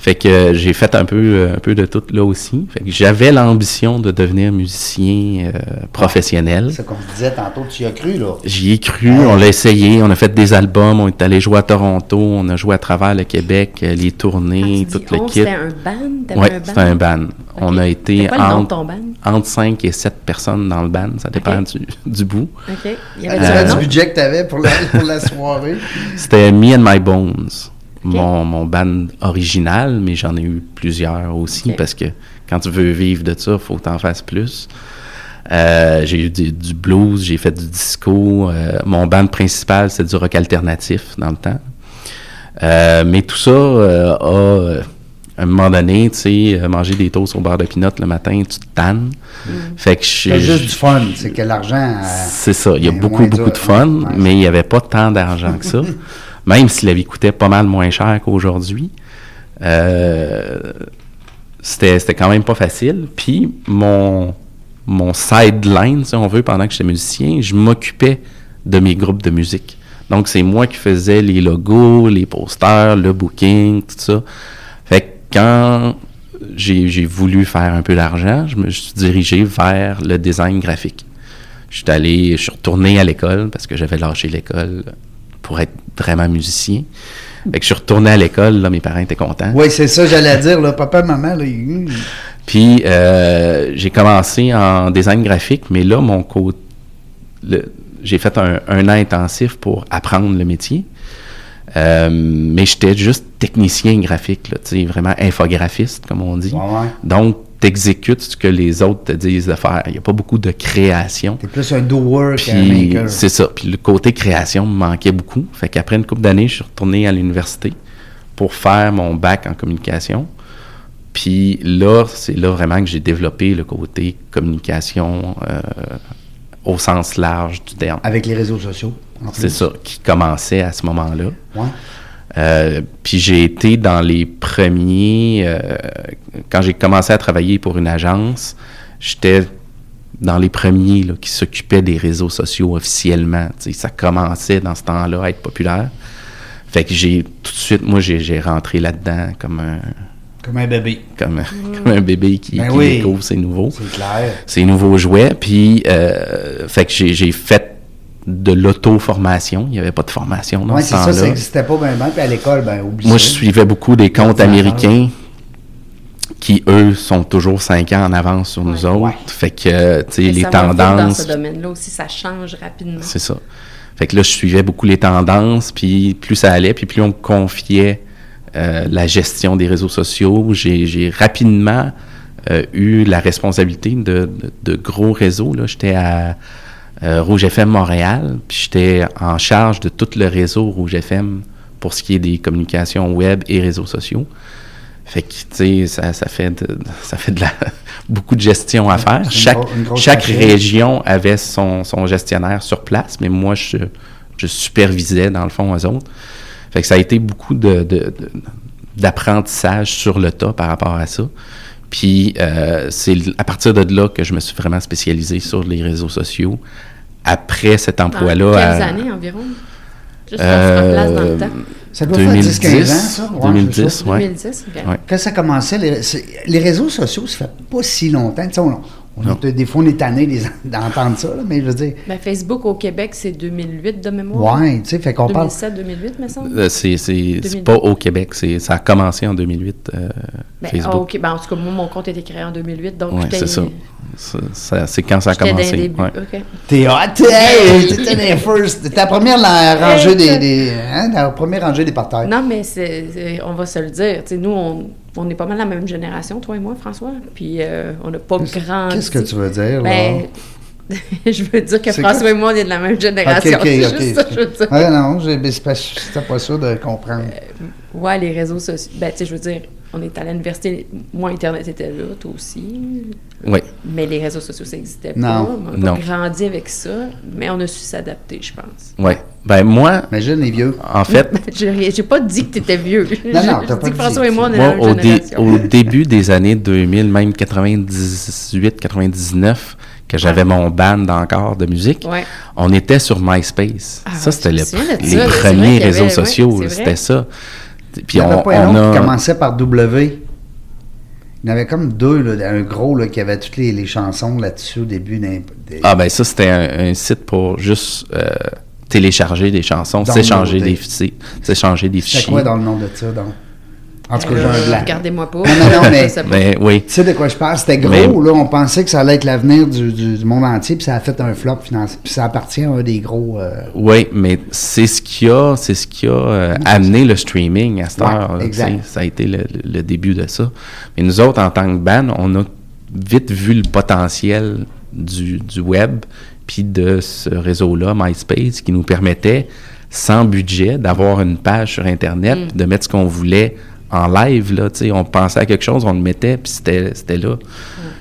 Speaker 3: Fait que euh, j'ai fait un peu, euh, un peu de tout là aussi. Fait que j'avais l'ambition de devenir musicien euh, professionnel.
Speaker 1: C'est ce qu'on se disait tantôt, tu y as cru, là.
Speaker 3: J'y ai cru, on l'a essayé, on a fait des albums, on est allé jouer à Toronto, on a joué à travers le Québec, euh,
Speaker 2: Quand Ah,
Speaker 3: les
Speaker 2: tu dis
Speaker 3: tournées, tout le
Speaker 2: on,
Speaker 3: kit.
Speaker 2: C'était un band? T'avais
Speaker 3: Oui,
Speaker 2: un band?
Speaker 3: c'était un ban. On a
Speaker 2: C'est
Speaker 3: été
Speaker 2: quoi le nom de
Speaker 3: entre,
Speaker 2: ton band?
Speaker 3: entre 5 et 7 personnes dans le ban, ça dépend du, du bout.
Speaker 2: OK. Il y
Speaker 1: Tu
Speaker 2: avait
Speaker 1: avais
Speaker 3: Euh,
Speaker 2: un
Speaker 1: Euh, du
Speaker 2: nom?
Speaker 1: budget que tu avais pour la, pour la soirée.
Speaker 3: C'était Me and My Bones, mon, mon band original, mais j'en ai eu plusieurs aussi
Speaker 2: Ok.
Speaker 3: parce que quand tu veux vivre de ça, faut que tu en fasses plus. Euh, j'ai eu du, du blues, j'ai fait du disco. euh, mon band principal, c'est du rock alternatif dans le temps. Euh, mais tout ça euh, a, euh, à un moment donné, tu sais, euh, manger des toasts au bar de pinot le matin, tu te tannes. Fait que je-
Speaker 1: C'est juste
Speaker 3: je-
Speaker 1: du fun, c'est que l'argent. euh,
Speaker 3: c'est ça. Il y a
Speaker 1: Ben,
Speaker 3: beaucoup,
Speaker 1: moins
Speaker 3: beaucoup
Speaker 1: dur,
Speaker 3: de fun,
Speaker 1: ouais, ouais.
Speaker 3: mais il n'y avait pas tant d'argent que ça. Même si la vie coûtait pas mal moins cher qu'aujourd'hui, euh, c'était c'était quand même pas facile. Puis mon, mon sideline, si on veut, pendant que j'étais musicien, je m'occupais de mes groupes de musique. Donc, c'est moi qui faisais les logos, les posters, le booking, tout ça. Fait que quand j'ai j'ai voulu faire un peu d'argent, je me suis dirigé vers le design graphique. Je suis allé, je suis retourné à l'école parce que j'avais lâché l'école pour être vraiment musicien. Fait que je suis retourné à l'école, là, mes parents étaient contents.
Speaker 1: Oui, c'est ça, j'allais dire, là. Papa, maman, là, ils-
Speaker 3: Puis euh, j'ai commencé en design graphique, mais là, mon côté. le- J'ai fait un, un an intensif pour apprendre le métier. Euh, mais j'étais juste technicien graphique, là, tu sais, vraiment infographiste, comme on dit.
Speaker 1: Ouais, ouais.
Speaker 3: Donc, t'exécutes ce que les autres te disent de faire. Il n'y a pas beaucoup de création.
Speaker 1: T'es plus un doer qu'un
Speaker 3: Puis
Speaker 1: maker.
Speaker 3: c'est ça. Puis le côté création me manquait beaucoup. Fait qu'après une couple d'années, je suis retourné à l'université pour faire mon bac en communication. Puis là, c'est là vraiment que j'ai développé le côté communication euh, au sens large du terme.
Speaker 1: Avec les réseaux sociaux. Ah, en
Speaker 3: C'est
Speaker 1: plus.
Speaker 3: ça qui commençait à ce moment-là.
Speaker 1: Ouais.
Speaker 3: Euh, puis j'ai été dans les premiers. euh, quand j'ai commencé à travailler pour une agence, j'étais dans les premiers là, qui s'occupaient des réseaux sociaux officiellement. Tu sais, ça commençait dans ce temps-là à être populaire. Fait que j'ai tout de suite, moi, j'ai j'ai rentré là-dedans comme un,
Speaker 1: Comme un bébé.
Speaker 3: comme, comme un bébé qui,
Speaker 1: Ben
Speaker 3: qui
Speaker 1: oui.
Speaker 3: découvre ses nouveaux
Speaker 1: C'est clair.
Speaker 3: ces nouveaux jouets. Puis, euh, fait que j'ai- j'ai fait de l'auto-formation. Il n'y avait pas de formation dans
Speaker 1: Oui,
Speaker 3: ce
Speaker 1: c'est ça, ça
Speaker 3: temps-là.
Speaker 1: n'existait pas bien, bien. Puis à l'école, ben oublie
Speaker 3: Moi, je
Speaker 1: ça.
Speaker 3: suivais beaucoup des comptes
Speaker 1: Ah,
Speaker 3: américains qui, eux, sont toujours cinq ans en avance sur nous autres.
Speaker 1: Ouais.
Speaker 3: Fait que, tu sais,
Speaker 2: Mais
Speaker 3: les
Speaker 2: Ben, ça va vite Dans
Speaker 3: tendances,
Speaker 2: ce domaine-là aussi, ça change rapidement.
Speaker 3: c'est ça. Fait que là, je suivais beaucoup les tendances, puis plus ça allait, puis plus on me confiait euh, la gestion des réseaux sociaux. J'ai j'ai rapidement euh, eu la responsabilité de, de- de gros réseaux. là. J'étais à euh, Rouge FM Montréal, puis j'étais en charge de tout le réseau Rouge FM pour ce qui est des communications web et réseaux sociaux. Fait que, tu sais, ça, ça fait, de, ça fait de la, beaucoup de gestion à faire.
Speaker 1: c'est une
Speaker 3: Chaque,
Speaker 1: gro- une grosse
Speaker 3: chaque
Speaker 1: machine.
Speaker 3: région avait son, son gestionnaire sur place, mais moi, je, je supervisais, dans le fond, aux autres. Fait que ça a été beaucoup de, de- de- d'apprentissage sur le tas par rapport à ça. Puis, euh, c'est l- à partir de là que je me suis vraiment spécialisé sur les réseaux sociaux. Après cet
Speaker 2: Dans
Speaker 3: emploi-là...
Speaker 2: quelles
Speaker 3: à-
Speaker 2: années environ? Juste euh, en place dans le temps.
Speaker 1: Ça doit faire 10, 15 ans,
Speaker 3: 2010,
Speaker 1: ça. Ouais, c'est ça.
Speaker 3: 2010, ouais.
Speaker 2: 2010, OK.
Speaker 3: Ouais.
Speaker 1: Quand ça commençait, les, c'est- les réseaux sociaux, ça fait pas si longtemps. Tu sais, on, on-
Speaker 3: Non.
Speaker 1: des fois, on est tanné des- d'entendre ça, là, mais je veux dire,
Speaker 2: Ben, Facebook au Québec, c'est 2008 de mémoire.
Speaker 1: ouais, tu sais, fait qu'on parle.
Speaker 2: 2007-2008, me semble.
Speaker 3: Euh, C'est c'est- c'est pas au Québec, c'est- ça a commencé en 2008, euh,
Speaker 2: Ben, ah,
Speaker 3: Facebook.
Speaker 2: ok. Ben, en tout cas, moi, mon compte a été créé en 2008, donc
Speaker 3: Ouais,
Speaker 2: j'étais-
Speaker 3: c'est ça. Ça- ça- C'est quand ça a
Speaker 2: j'étais dans les
Speaker 3: commencé.
Speaker 2: débuts.
Speaker 3: ouais.
Speaker 2: OK.
Speaker 1: T'es hot, hey, t'étais les first, t'étais la première la rangée des, des- hein, la première rangée des parterres.
Speaker 2: Non, mais c'est, c'est- on va se le dire. Tu sais, nous, on, on est pas mal la même génération, toi et moi, François. Puis euh, on n'a pas grandi.
Speaker 1: Qu'est-ce que tu veux dire, là?
Speaker 2: Ben, je veux dire que
Speaker 1: C'est
Speaker 2: François
Speaker 1: quoi?
Speaker 2: et moi, on est de la même
Speaker 1: Ah, Ok,
Speaker 2: génération.
Speaker 1: ok,
Speaker 2: c'est
Speaker 1: ok.
Speaker 2: juste ça, que je veux dire. Euh,
Speaker 1: Ah, non, j'ai- mais c'est pas- j'étais pas sûr de comprendre.
Speaker 2: Ouais, les réseaux sociaux. Ben, tu sais, je veux dire, on est allé à l'université. Moi, Internet était là, toi aussi.
Speaker 3: Oui,
Speaker 2: Mais les réseaux sociaux, ça n'existait
Speaker 1: Non,
Speaker 2: pas. On a
Speaker 3: non.
Speaker 2: pas grandi avec ça, mais on a su s'adapter, je pense.
Speaker 3: oui. Ben moi,
Speaker 1: Imagine les vieux.
Speaker 3: en fait,
Speaker 2: J'ai rien- j'ai pas dit que t'étais vieux.
Speaker 1: Non, non,
Speaker 2: J'ai
Speaker 1: t'as pas
Speaker 2: dit que
Speaker 1: dit.
Speaker 2: François et moi, on est
Speaker 3: moi,
Speaker 2: de la
Speaker 3: au,
Speaker 2: même
Speaker 3: dé-
Speaker 2: génération.
Speaker 3: au début des années 2000, même 98, 99, que j'avais mon band encore de musique,
Speaker 2: Ah. Ouais.
Speaker 3: on était sur MySpace.
Speaker 2: Ah,
Speaker 3: ça, c'était
Speaker 2: je me
Speaker 3: le-
Speaker 2: souviens de
Speaker 3: les
Speaker 2: ça, là, c'est vrai qu'il y
Speaker 3: premiers
Speaker 2: avait-
Speaker 3: réseaux
Speaker 2: ouais,
Speaker 3: sociaux.
Speaker 2: c'est vrai.
Speaker 3: C'était ça.
Speaker 1: Il
Speaker 3: Puis
Speaker 1: n'y en
Speaker 3: on,
Speaker 1: avait pas un
Speaker 3: on
Speaker 1: autre qui
Speaker 3: a...
Speaker 1: commençait par W. Il y en avait comme deux, là, un gros là, qui avait toutes les, les chansons là-dessus au début. d'un- des-
Speaker 3: Ah ben ça, c'était un, un site pour juste euh, télécharger des chansons,
Speaker 1: Downloader.
Speaker 3: s'échanger des fichiers. S'échanger des
Speaker 1: C'était
Speaker 3: fichiers.
Speaker 1: quoi dans le nom de ça, donc? En tout cas, j'ai un
Speaker 2: Euh,
Speaker 1: blanc.
Speaker 2: Regardez-moi pas.
Speaker 1: Non, non, non, mais-
Speaker 2: Ça, ça-
Speaker 3: Mais Ben, oui.
Speaker 1: Tu sais de quoi je parle? C'était gros,
Speaker 3: Mais-
Speaker 1: là. On pensait que ça allait être l'avenir du, du- du monde entier, puis ça a fait un flop financier. Puis ça appartient à un des gros. euh,
Speaker 3: Oui, mais c'est ce qui a, c'est ce qui a euh, amené le streaming à cette
Speaker 1: Ouais,
Speaker 3: heure. là,
Speaker 1: exact.
Speaker 3: tu sais. Ça a été le, le début de ça. Mais nous autres, en tant que band, on a vite vu le potentiel du, du web puis de ce réseau-là, MySpace, qui nous permettait, sans budget, d'avoir une page sur Internet,
Speaker 1: Mm.
Speaker 3: puis de mettre ce qu'on voulait en live. Là, tu sais. on pensait à quelque chose, on le mettait, puis c'était c'était là.
Speaker 1: Mm.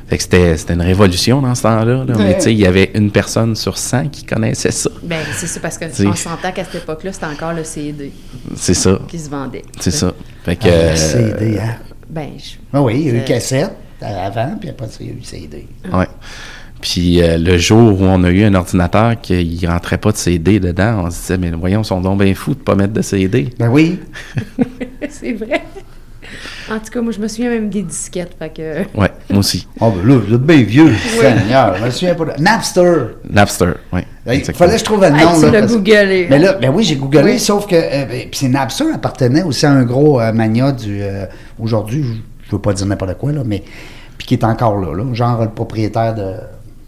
Speaker 3: Fait que c'était c'était une révolution dans ce temps-là. là. Mais tu sais, il y avait une personne sur 100 qui connaissait ça.
Speaker 2: Ben, c'est ça, parce
Speaker 3: T'sais.
Speaker 2: qu'on s'entend qu'à cette époque-là, c'était encore le CD
Speaker 3: C'est ça.
Speaker 2: qui se vendait.
Speaker 3: C'est ça. Fait que.
Speaker 1: le
Speaker 3: euh,
Speaker 1: CD, hein?
Speaker 2: Ben, je-
Speaker 1: Ah oui, il y a eu
Speaker 2: Euh,
Speaker 1: cassette euh, avant, puis après ça, il y a eu CD.
Speaker 3: ouais. Puis euh, le jour où on a eu un ordinateur qui ne rentrait pas de CD dedans, on se disait, mais voyons, ils sont donc bien fous de ne pas mettre de CD.
Speaker 1: Ben oui.
Speaker 2: c'est vrai. En tout cas, moi, je me souviens même des disquettes, fait que...
Speaker 3: Ouais, moi aussi.
Speaker 1: Oh, ben là, vous êtes bien vieux, Seigneur. Je me souviens pas de. Napster!
Speaker 3: Napster, ouais.
Speaker 1: Il
Speaker 3: exactement.
Speaker 1: fallait que je trouve un
Speaker 2: Hey,
Speaker 1: nom.
Speaker 2: tu
Speaker 1: là,
Speaker 2: l'as
Speaker 1: parce que-
Speaker 2: googlé. hein.
Speaker 1: Mais là, ben oui, j'ai googlé,
Speaker 2: Oui.
Speaker 1: sauf que. euh, ben, puis c'est Napster appartenait aussi à un gros euh, mania du. euh, Aujourd'hui, je- je veux pas dire n'importe quoi, là, mais. Puis qui est encore là, là. Genre le propriétaire de.
Speaker 2: Ben,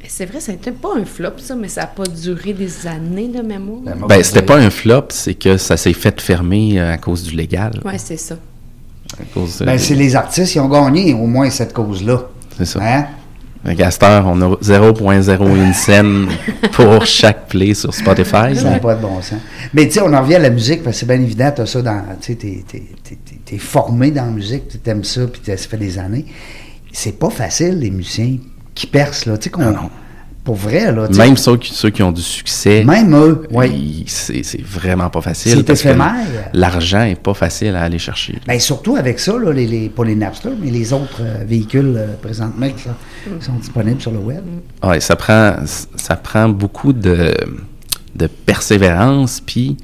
Speaker 2: C'est vrai, c'était pas un flop, ça, mais ça a pas duré des années de mémoire.
Speaker 1: Ben, moi,
Speaker 3: Ben, c'était pas un flop, c'est que ça s'est fait fermer euh, à cause du légal.
Speaker 2: Ouais, c'est ça.
Speaker 3: À cause de-
Speaker 1: Ben, c'est les artistes, ils ont gagné au moins cette cause-là.
Speaker 3: C'est ça.
Speaker 1: Hein?
Speaker 3: Fait qu'à cette heure, on a 0.01 cent pour chaque play sur Spotify.
Speaker 1: Ça n'a pas de bon sens. Mais tu sais, on en revient à la musique, parce que c'est bien évident, tu as ça dans. Tu sais, t'es- t'es- t'es- t'es- t'es formé dans la musique, tu aimes ça, puis t'as- ça fait des années. C'est pas facile, les musiciens qui percent, là. Tu sais, qu'on. Pour vrai, là. tu sais,
Speaker 3: Ah Même ceux qui, ceux qui ont du succès.
Speaker 1: Même eux, oui.
Speaker 3: Oui. C'est c'est vraiment pas facile.
Speaker 1: C'est
Speaker 3: parce que
Speaker 1: éphémère.
Speaker 3: L'argent est pas facile à aller chercher.
Speaker 1: Ben, surtout avec ça, là, les, les- pas les Napster, mais les autres euh, véhicules euh, présentement qui sont, qui sont disponibles sur le web.
Speaker 3: Ah Ouais, ça prend, ça prend beaucoup de, de persévérance. Puis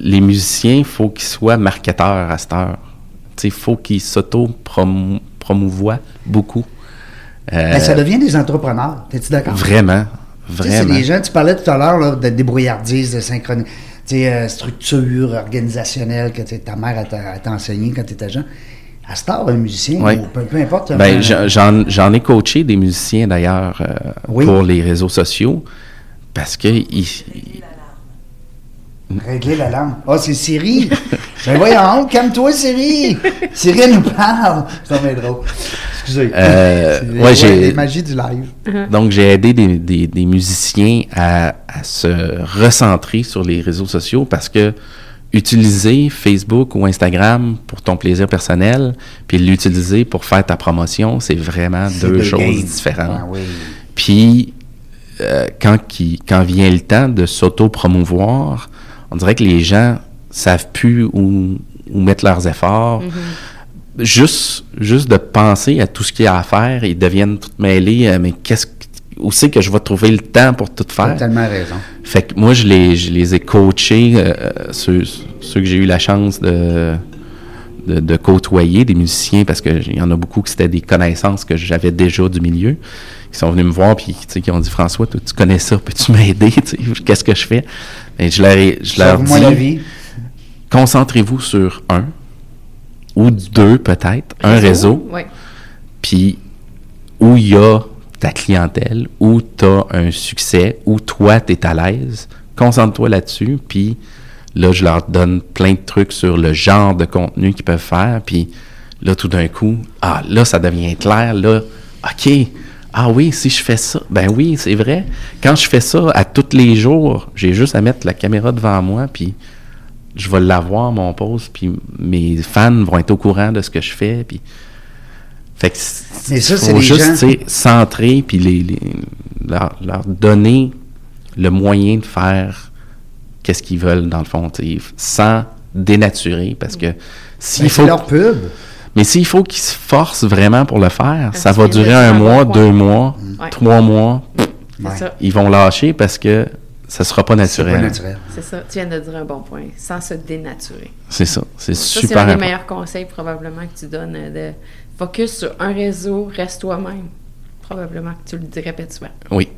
Speaker 3: les musiciens, il faut qu'ils soient marketeurs à cette heure. Il faut qu'ils s'auto-promouvoient beaucoup. Euh,
Speaker 1: Ben, ça devient des entrepreneurs, t'es-tu d'accord?
Speaker 3: Vraiment,
Speaker 1: Ben, Tu sais, c'est
Speaker 3: Vraiment.
Speaker 1: des gens, tu parlais tout à l'heure là, de débrouillardise, de synchronie, tu sais, euh, structure organisationnelle que tu sais, ta mère elle t'a elle t'a enseigné quand tu étais jeune. À ce temps, un musicien,
Speaker 3: Ouais.
Speaker 1: ou peu, peu importe. euh,
Speaker 3: Ben,
Speaker 1: un-
Speaker 3: j'en- j'en j'en ai coaché des musiciens d'ailleurs euh,
Speaker 1: Oui.
Speaker 3: pour les réseaux sociaux parce que ils-
Speaker 1: Régler la lampe. Ah, c'est Siri. ben voyons, calme-toi, Siri. Siri, elle nous parle. C'est bien drôle. Excusez.
Speaker 3: Euh,
Speaker 1: C'est-
Speaker 3: ouais, j'ai-
Speaker 1: les magies du live.
Speaker 3: Donc, j'ai aidé des, des- des musiciens à, à se recentrer sur les réseaux sociaux parce que utiliser Facebook ou Instagram pour ton plaisir personnel, puis l'utiliser pour faire ta promotion, c'est vraiment
Speaker 1: C'est
Speaker 3: deux,
Speaker 1: deux
Speaker 3: choses
Speaker 1: games.
Speaker 3: différentes.
Speaker 1: Ah oui.
Speaker 3: Puis, euh, quand, qui- quand vient le temps de s'auto-promouvoir, on dirait que les gens savent plus où, où mettre leurs efforts. Juste, juste de penser à tout ce qu'il y a à faire, ils deviennent tout mêlés. euh, mais qu'est-ce que- où c'est que je vais trouver le temps pour tout
Speaker 1: T'as
Speaker 3: faire?
Speaker 1: tellement raison.
Speaker 3: Fait que moi, je les, je les ai coachés, euh, ceux, ceux que j'ai eu la chance de, de, de côtoyer, des musiciens, parce qu'il y en a beaucoup qui c'était des connaissances que j'avais déjà du milieu, qui sont venus me voir, puis tu sais, qui ont dit François, toi, tu connais ça, peux-tu m'aider Tu sais, Qu'est-ce que je fais Mais je leur, ai- je leur
Speaker 1: Sauve-moi la
Speaker 3: dis
Speaker 1: vie.
Speaker 3: concentrez-vous sur un ou deux, peut-être, un réseau
Speaker 2: Oui.
Speaker 3: puis où il y a ta clientèle, où tu as un succès, où toi, tu es à l'aise, concentre-toi là-dessus, puis là, je leur donne plein de trucs sur le genre de contenu qu'ils peuvent faire, puis là, tout d'un coup, ah, là, ça devient clair, là, OK, ah oui, si je fais ça, ben oui, c'est vrai. Quand je fais ça à tous les jours, j'ai juste à mettre la caméra devant moi, puis je vais l'avoir, mon poste, puis mes fans vont être au courant de ce que je fais, puis... Fait que c-
Speaker 1: Mais ça, c'est
Speaker 3: faut
Speaker 1: les
Speaker 3: juste,
Speaker 1: gens-
Speaker 3: tu sais, centrer, puis les, les- leur, leur donner le moyen de faire qu'est-ce qu'ils veulent, dans le fond, tu sais, sans dénaturer, parce que s'il
Speaker 1: Ben,
Speaker 3: faut...
Speaker 1: C'est leur pub.
Speaker 3: Mais s'il faut qu'ils se forcent vraiment pour le faire, ça
Speaker 2: petit
Speaker 3: va
Speaker 2: peu de
Speaker 3: durer un
Speaker 2: savoir
Speaker 3: mois,
Speaker 2: quoi.
Speaker 3: deux mois,
Speaker 2: Ouais.
Speaker 3: trois mois,
Speaker 2: C'est
Speaker 1: Ouais.
Speaker 2: ça.
Speaker 3: ils vont lâcher parce que ça sera pas
Speaker 1: C'est pas
Speaker 3: naturel.
Speaker 1: naturel.
Speaker 2: C'est ça. Tu viens de dire un bon point. Sans se dénaturer.
Speaker 3: C'est ça, c'est
Speaker 2: Ça,
Speaker 3: super
Speaker 2: c'est un des
Speaker 3: important.
Speaker 2: meilleurs conseils probablement que tu donnes euh, de focus sur un réseau, reste toi-même. Probablement que tu le dis- répètes souvent.
Speaker 3: Oui,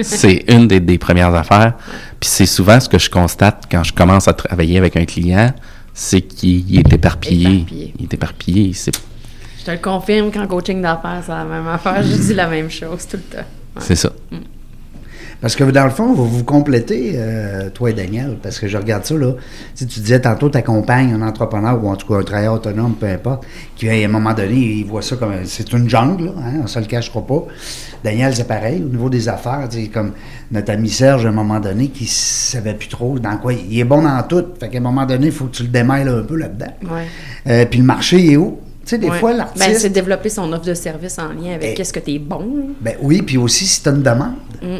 Speaker 3: c'est une des, des premières affaires. Puis c'est souvent ce que je constate quand je commence à travailler avec un client, c'est qu'il est éparpillé.
Speaker 2: Éparpillé.
Speaker 3: Il est éparpillé. il sait-
Speaker 2: Je te le confirme qu'en coaching d'affaires, c'est la même affaire. Je dis la même chose tout le temps. Ouais.
Speaker 3: C'est ça.
Speaker 1: Parce que dans le fond, vous vous complétez, euh, toi et Daniel, parce que je regarde ça, là. Tu, sais, tu disais tantôt, t'accompagnes un entrepreneur ou en tout cas un travailleur autonome, peu importe, qui à un moment donné, il voit ça comme. C'est une jungle, là, hein, on se le cachera pas. Daniel, c'est pareil, au niveau des affaires, tu sais, comme notre ami Serge, à un moment donné, qui savait plus trop dans quoi. Il est bon dans tout. Fait qu'à un moment donné, il faut que tu le démêles un peu là-dedans.
Speaker 2: Ouais.
Speaker 1: Euh, puis le marché il est où? Tu sais, des
Speaker 2: Ouais.
Speaker 1: fois, l'artiste.
Speaker 2: Ben, c'est développer son offre de service en lien avec
Speaker 1: Eh.
Speaker 2: qu'est-ce que tu es bon.
Speaker 1: Ben oui, puis aussi si tu une demande.
Speaker 2: Mm.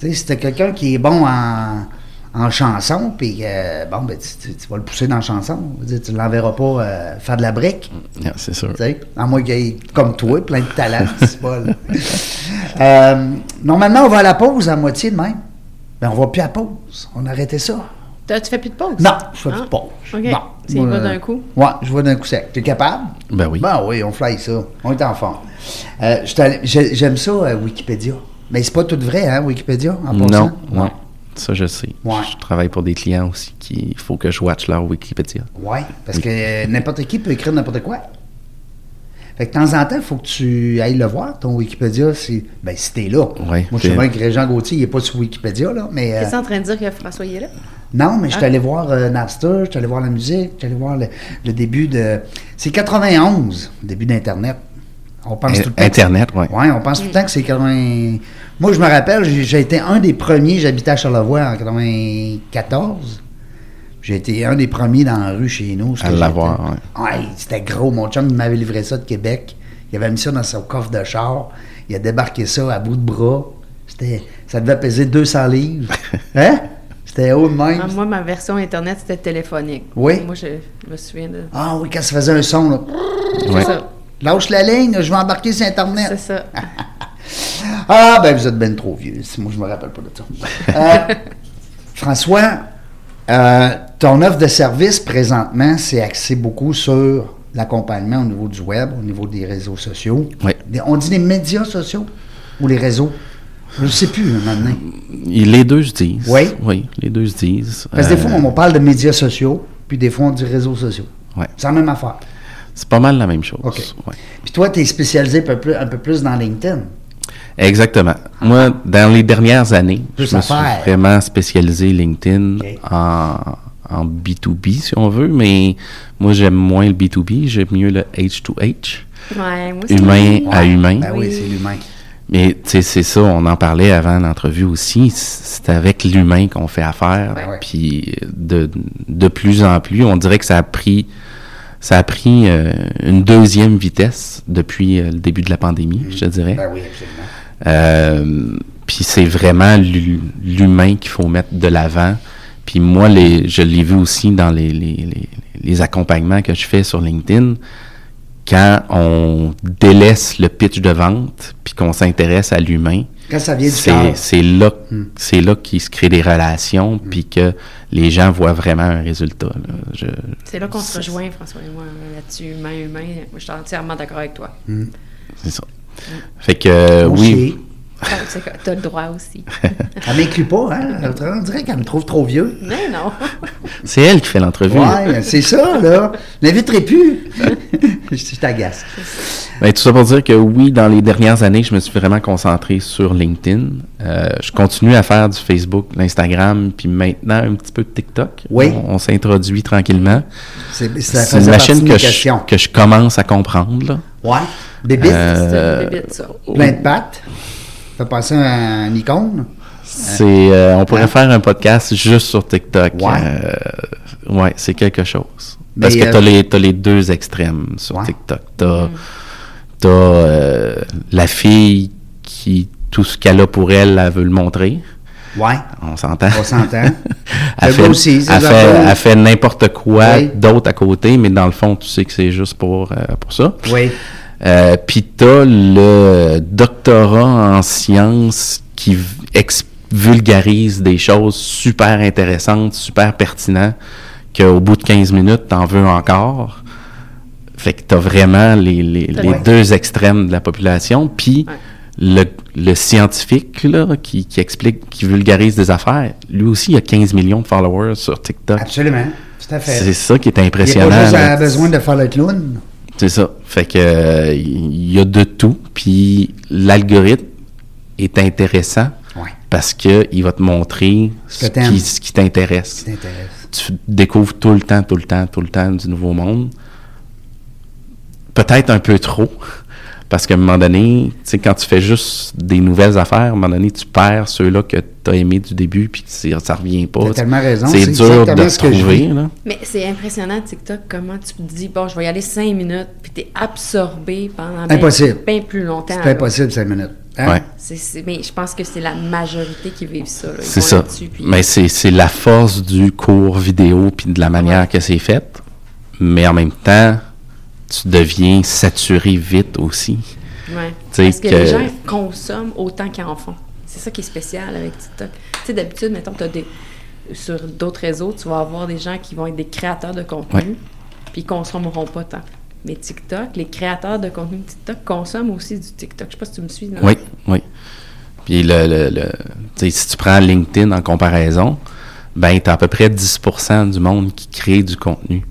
Speaker 1: Tu sais, si t'as quelqu'un qui est bon en, en chanson, puis euh, bon, ben tu, tu- tu vas le pousser dans la chanson. Je veux dire, tu ne l'enverras pas euh, faire de la brique.
Speaker 3: Yeah, c'est sûr.
Speaker 1: Tu sais, à moins qu'il y ait, comme toi, plein de talent, c'est pas là. Euh, Normalement, on va à la pause à moitié de même. Ben, on va plus à la pause. On a arrêté ça.
Speaker 2: T'as- Tu fais plus de pause?
Speaker 1: Non, je fais plus
Speaker 2: Ah,
Speaker 1: de pause.
Speaker 2: OK.
Speaker 1: Non.
Speaker 2: Tu y vas
Speaker 1: Euh,
Speaker 2: d'un coup?
Speaker 1: Ouais, je vois d'un coup sec. T'es capable?
Speaker 3: Ben oui.
Speaker 1: Ben oui, on fly ça. On est en forme. Euh, je suis allé- j'ai- J'aime ça, euh, Wikipédia. Mais c'est pas tout vrai, hein, Wikipédia, en
Speaker 3: non,
Speaker 1: passant?
Speaker 3: non. Ça, je sais.
Speaker 1: Ouais.
Speaker 3: Je travaille pour des clients aussi qui il faut que je watch leur Wikipédia.
Speaker 1: Ouais, parce que euh, n'importe qui peut écrire n'importe quoi. Fait que de temps en temps, il faut que tu ailles le voir, ton Wikipédia, si, ben, si t'es là.
Speaker 3: Ouais,
Speaker 1: Moi, je sais
Speaker 3: t'es-
Speaker 1: bien que Régent Gauthier, il n'est pas sur Wikipédia, là, mais... euh,
Speaker 2: T'es en train de dire que François il est là?
Speaker 1: Non, mais je suis allé voir euh, Napster, je suis allé voir la musique, je suis allé voir le, le début de. C'est 91, le début d'Internet. On pense
Speaker 3: In-
Speaker 1: tout le temps.
Speaker 3: Eh, Internet,
Speaker 1: oui.
Speaker 3: ouais.
Speaker 1: Oui, on pense tout le temps que c'est 80. Moi, je me rappelle, j'ai j'ai été un des premiers, j'habitais à Charlevoix en 94. J'ai été un des premiers dans la rue chez nous.
Speaker 3: À l'avoir,
Speaker 1: ouais. c'était gros. Mon chum il m'avait livré ça de Québec. Il avait mis ça dans son coffre de char. Il a débarqué ça à bout de bras. C'était, ça devait peser 200 livres. Hein? C'était haut de même.
Speaker 2: Ah, moi, ma version Internet, c'était téléphonique.
Speaker 1: Oui.
Speaker 2: Moi, je me souviens de.
Speaker 1: Ah oui, quand ça faisait un son, là.
Speaker 3: Ouais.
Speaker 2: C'est ça.
Speaker 1: Lâche la ligne, je vais embarquer sur
Speaker 2: C'est
Speaker 1: Internet.
Speaker 2: ça.
Speaker 1: Ah, ben vous êtes ben trop vieux. C'est- Moi, je me rappelle pas de ça. Euh, François, euh, ton offre de service présentement, c'est axé beaucoup sur l'accompagnement au niveau du web, au niveau des réseaux sociaux.
Speaker 3: Oui.
Speaker 1: Des- On dit les médias sociaux ou les réseaux? Je ne sais plus, maintenant.
Speaker 3: Et Les deux se disent.
Speaker 1: Oui.
Speaker 3: Oui, les deux se disent.
Speaker 1: Parce que des fois,
Speaker 3: Euh,
Speaker 1: on parle de médias sociaux, puis des fois, on dit réseaux sociaux.
Speaker 3: Ouais.
Speaker 1: C'est la même affaire.
Speaker 3: C'est pas mal la même chose.
Speaker 1: OK.
Speaker 3: ouais.
Speaker 1: Puis toi, tu es spécialisé un peu, plus, un peu plus dans LinkedIn.
Speaker 3: Exactement. Moi, dans les dernières années,
Speaker 1: Plus
Speaker 3: je me suis
Speaker 1: affaires.
Speaker 3: vraiment spécialisé LinkedIn
Speaker 1: Ok.
Speaker 3: en, en B2B, si on veut, mais moi, j'aime moins le B2B, j'aime mieux le H2H,
Speaker 2: Ouais, moi, c'est-
Speaker 3: humain à humain.
Speaker 1: Ben oui,
Speaker 2: Oui.
Speaker 1: c'est l'humain.
Speaker 3: Mais tu sais, c'est ça, on en parlait avant l'entrevue aussi, c'est avec l'humain qu'on fait affaire.
Speaker 1: Ouais. Ouais.
Speaker 3: Puis de, de plus en plus, on dirait que ça a pris, ça a pris euh, une deuxième vitesse depuis euh, le début de la pandémie, je te dirais.
Speaker 1: Ben oui, absolument.
Speaker 3: Euh, puis c'est vraiment l'hu- l'humain qu'il faut mettre de l'avant. Puis moi, les, je l'ai vu aussi dans les, les, les, les accompagnements que je fais sur LinkedIn. Quand on délaisse le pitch de vente, puis qu'on s'intéresse à l'humain,
Speaker 1: Quand ça vient du
Speaker 3: c'est
Speaker 1: cœur. Hmm.
Speaker 3: c'est là, c'est là qu'il se crée des relations, puis que les gens voient vraiment un résultat. là. Je-
Speaker 2: C'est là qu'on se rejoint, François et moi, hein, là-dessus, humain, humain. Moi, je suis entièrement d'accord avec toi.
Speaker 1: Mm.
Speaker 3: c'est ça. Fait que euh, oui,
Speaker 1: Hmm. Aussi.
Speaker 2: T'as- c'est que T'as le droit aussi.
Speaker 1: Elle m'inclut pas, hein? On dirait qu'elle me trouve trop vieux.
Speaker 2: Mais non.
Speaker 3: c'est elle qui fait l'entrevue.
Speaker 1: Ouais, c'est ça, là. Je n'inviterai plus. je je t'agace.
Speaker 3: Ben, tout ça pour dire que oui, dans les dernières années, je me suis vraiment concentré sur LinkedIn. Euh, je continue à faire du Facebook, l'Instagram, puis maintenant un petit peu de TikTok.
Speaker 1: Oui.
Speaker 3: On, on s'introduit tranquillement.
Speaker 1: C'est ça
Speaker 3: C'est
Speaker 1: faisait partie
Speaker 3: une machine
Speaker 1: de mes
Speaker 3: que je,
Speaker 1: questions.
Speaker 3: que je commence à comprendre. là.
Speaker 1: Ouais. Bébé,
Speaker 3: Euh,
Speaker 2: C'est une bébite, ça.
Speaker 1: plein de pattes. T'as passé un icône.
Speaker 3: C'est, euh, on pourrait faire un podcast juste sur TikTok.
Speaker 1: Ouais.
Speaker 3: Euh, ouais, c'est quelque chose. Parce
Speaker 1: Mais,
Speaker 3: que t'as
Speaker 1: euh,
Speaker 3: les, t'as les deux extrêmes sur
Speaker 1: Ouais.
Speaker 3: TikTok. T'as, t'as, euh, la fille qui, tout ce qu'elle a pour elle, elle veut le montrer.
Speaker 1: Ouais.
Speaker 3: On s'entend.
Speaker 1: On s'entend.
Speaker 3: elle
Speaker 1: Le
Speaker 3: fait,
Speaker 1: gars aussi, c'est
Speaker 3: elle
Speaker 1: ça,
Speaker 3: fait-
Speaker 1: le gars.
Speaker 3: elle fait n'importe quoi
Speaker 1: Oui.
Speaker 3: d'autre à côté, mais dans le fond, tu sais que c'est juste pour, euh, pour ça.
Speaker 1: Oui.
Speaker 3: Euh, Puis t'as le doctorat en sciences qui v- ex- vulgarise des choses super intéressantes, super pertinentes, qu'au bout de 15 minutes, t'en veux encore. Fait que t'as vraiment les, les, les
Speaker 2: Ouais.
Speaker 3: deux extrêmes de la population. Puis
Speaker 2: Ouais.
Speaker 3: le, le scientifique là, qui, qui explique, qui vulgarise des affaires, lui aussi, il a 15 millions de followers sur TikTok.
Speaker 1: Absolument. Tout à fait.
Speaker 3: C'est ça qui est
Speaker 1: Il n'y a
Speaker 3: impressionnant.
Speaker 1: pas juste
Speaker 3: là.
Speaker 1: à- besoin de faire le clown.
Speaker 3: C'est ça. Fait que euh, il y a de tout. Puis l'algorithme est intéressant
Speaker 1: Ouais.
Speaker 3: parce que il va te montrer ce
Speaker 1: que t'aimes.
Speaker 3: qui, ce qui t'intéresse.
Speaker 1: Ça t'intéresse.
Speaker 3: Tu découvres tout le temps, tout le temps, tout le temps du nouveau monde. Peut-être un peu trop. Parce qu'à un moment donné, tu sais, quand tu fais juste des nouvelles affaires, à un moment donné, tu perds ceux-là que tu as aimés du début, puis que c'est- ça revient pas.
Speaker 1: T'as tellement raison,
Speaker 3: C'est
Speaker 1: c'est
Speaker 3: dur de
Speaker 1: exactement ce que je
Speaker 3: trouver.
Speaker 1: vis.
Speaker 3: là.
Speaker 2: Mais c'est impressionnant, TikTok, comment tu te dis, bon, je vais y aller cinq minutes, puis t'es absorbé pendant bien-
Speaker 1: Impossible.
Speaker 2: bien plus longtemps.
Speaker 1: C'est
Speaker 2: là.
Speaker 1: impossible, cinq minutes. Hein?
Speaker 3: Ouais.
Speaker 2: C'est- c'est- mais je pense que c'est la majorité qui vivent ça. là. Ils
Speaker 3: C'est
Speaker 2: vont
Speaker 3: ça.
Speaker 2: là-dessus, puis-
Speaker 3: Mais c'est c'est la force du cours vidéo puis de la manière que c'est fait. Mais en même temps, tu deviens saturé vite aussi.
Speaker 2: Ouais.
Speaker 3: sais
Speaker 2: Parce que,
Speaker 3: que-
Speaker 2: les gens consomment autant qu'ils en font. C'est ça qui est spécial avec TikTok. Tu sais, d'habitude, mettons, t'as des... sur d'autres réseaux, tu vas avoir des gens qui vont être des créateurs de contenu,
Speaker 3: Ouais.
Speaker 2: puis ils consommeront pas tant. Mais TikTok, les créateurs de contenu de TikTok consomment aussi du TikTok. Je sais pas si tu me suis. non?
Speaker 3: Oui, oui. Puis le, le- le- tu sais, si tu prends LinkedIn en comparaison, ben tu as à peu près 10 du monde qui crée du contenu.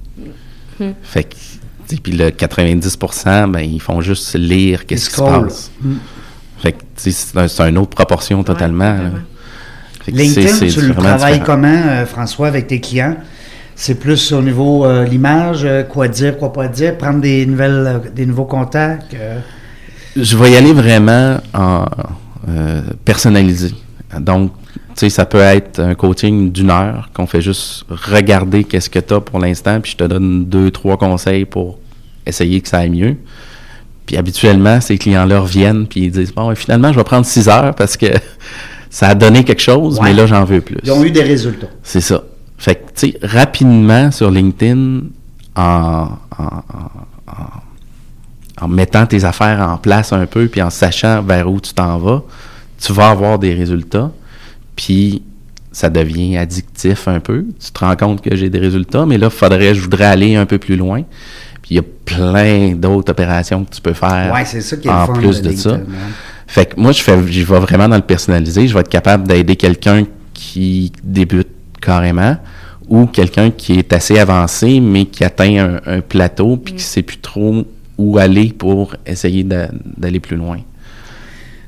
Speaker 3: Fait que, tu sais, puis le 90 ben ils font juste lire qu'est-ce qui se
Speaker 1: scrollent.
Speaker 3: passe. Fait que, tu sais, c'est un- c'est une autre proportion totalement. là.
Speaker 2: vraiment.
Speaker 3: Fait que c'est-
Speaker 1: LinkedIn,
Speaker 3: c'est
Speaker 1: tu le
Speaker 3: vraiment
Speaker 1: travailles
Speaker 3: différent.
Speaker 1: comment, euh, François, avec tes clients? C'est plus au niveau euh, l'image, euh, quoi dire, quoi pas dire, prendre des nouvelles, euh, des nouveaux contacts. euh,
Speaker 3: Je vais y aller vraiment en euh, personnalisé. Donc, tu sais, ça peut être un coaching d'une heure qu'on fait juste regarder qu'est-ce que tu as pour l'instant, puis je te donne deux, trois conseils pour essayer que ça aille mieux. Puis habituellement, ces clients-là reviennent, puis ils disent Bon, finalement, je vais prendre six heures parce que ça a donné quelque chose,
Speaker 1: Ouais.
Speaker 3: mais là, j'en veux plus.
Speaker 1: ils ont eu des résultats.
Speaker 3: C'est ça. Fait que, tu sais, rapidement sur LinkedIn, en, en- en- en- en mettant tes affaires en place un peu, puis en sachant vers où tu t'en vas, tu vas avoir des résultats. Puis, ça devient addictif un peu. Tu te rends compte que j'ai des résultats, mais là, faudrait, je voudrais aller un peu plus loin. Puis, il y a plein d'autres opérations que tu peux faire
Speaker 1: Ouais, c'est ça qui est le
Speaker 3: en
Speaker 1: fun
Speaker 3: plus
Speaker 1: de
Speaker 3: de, ça.
Speaker 1: LinkedIn, hein.
Speaker 3: Fait que moi, je fais, je vais vraiment dans le personnalisé. Je vais être capable d'aider quelqu'un qui débute carrément ou quelqu'un qui est assez avancé, mais qui atteint un, un plateau puis qui sait plus trop où aller pour essayer d'a- d'aller plus loin.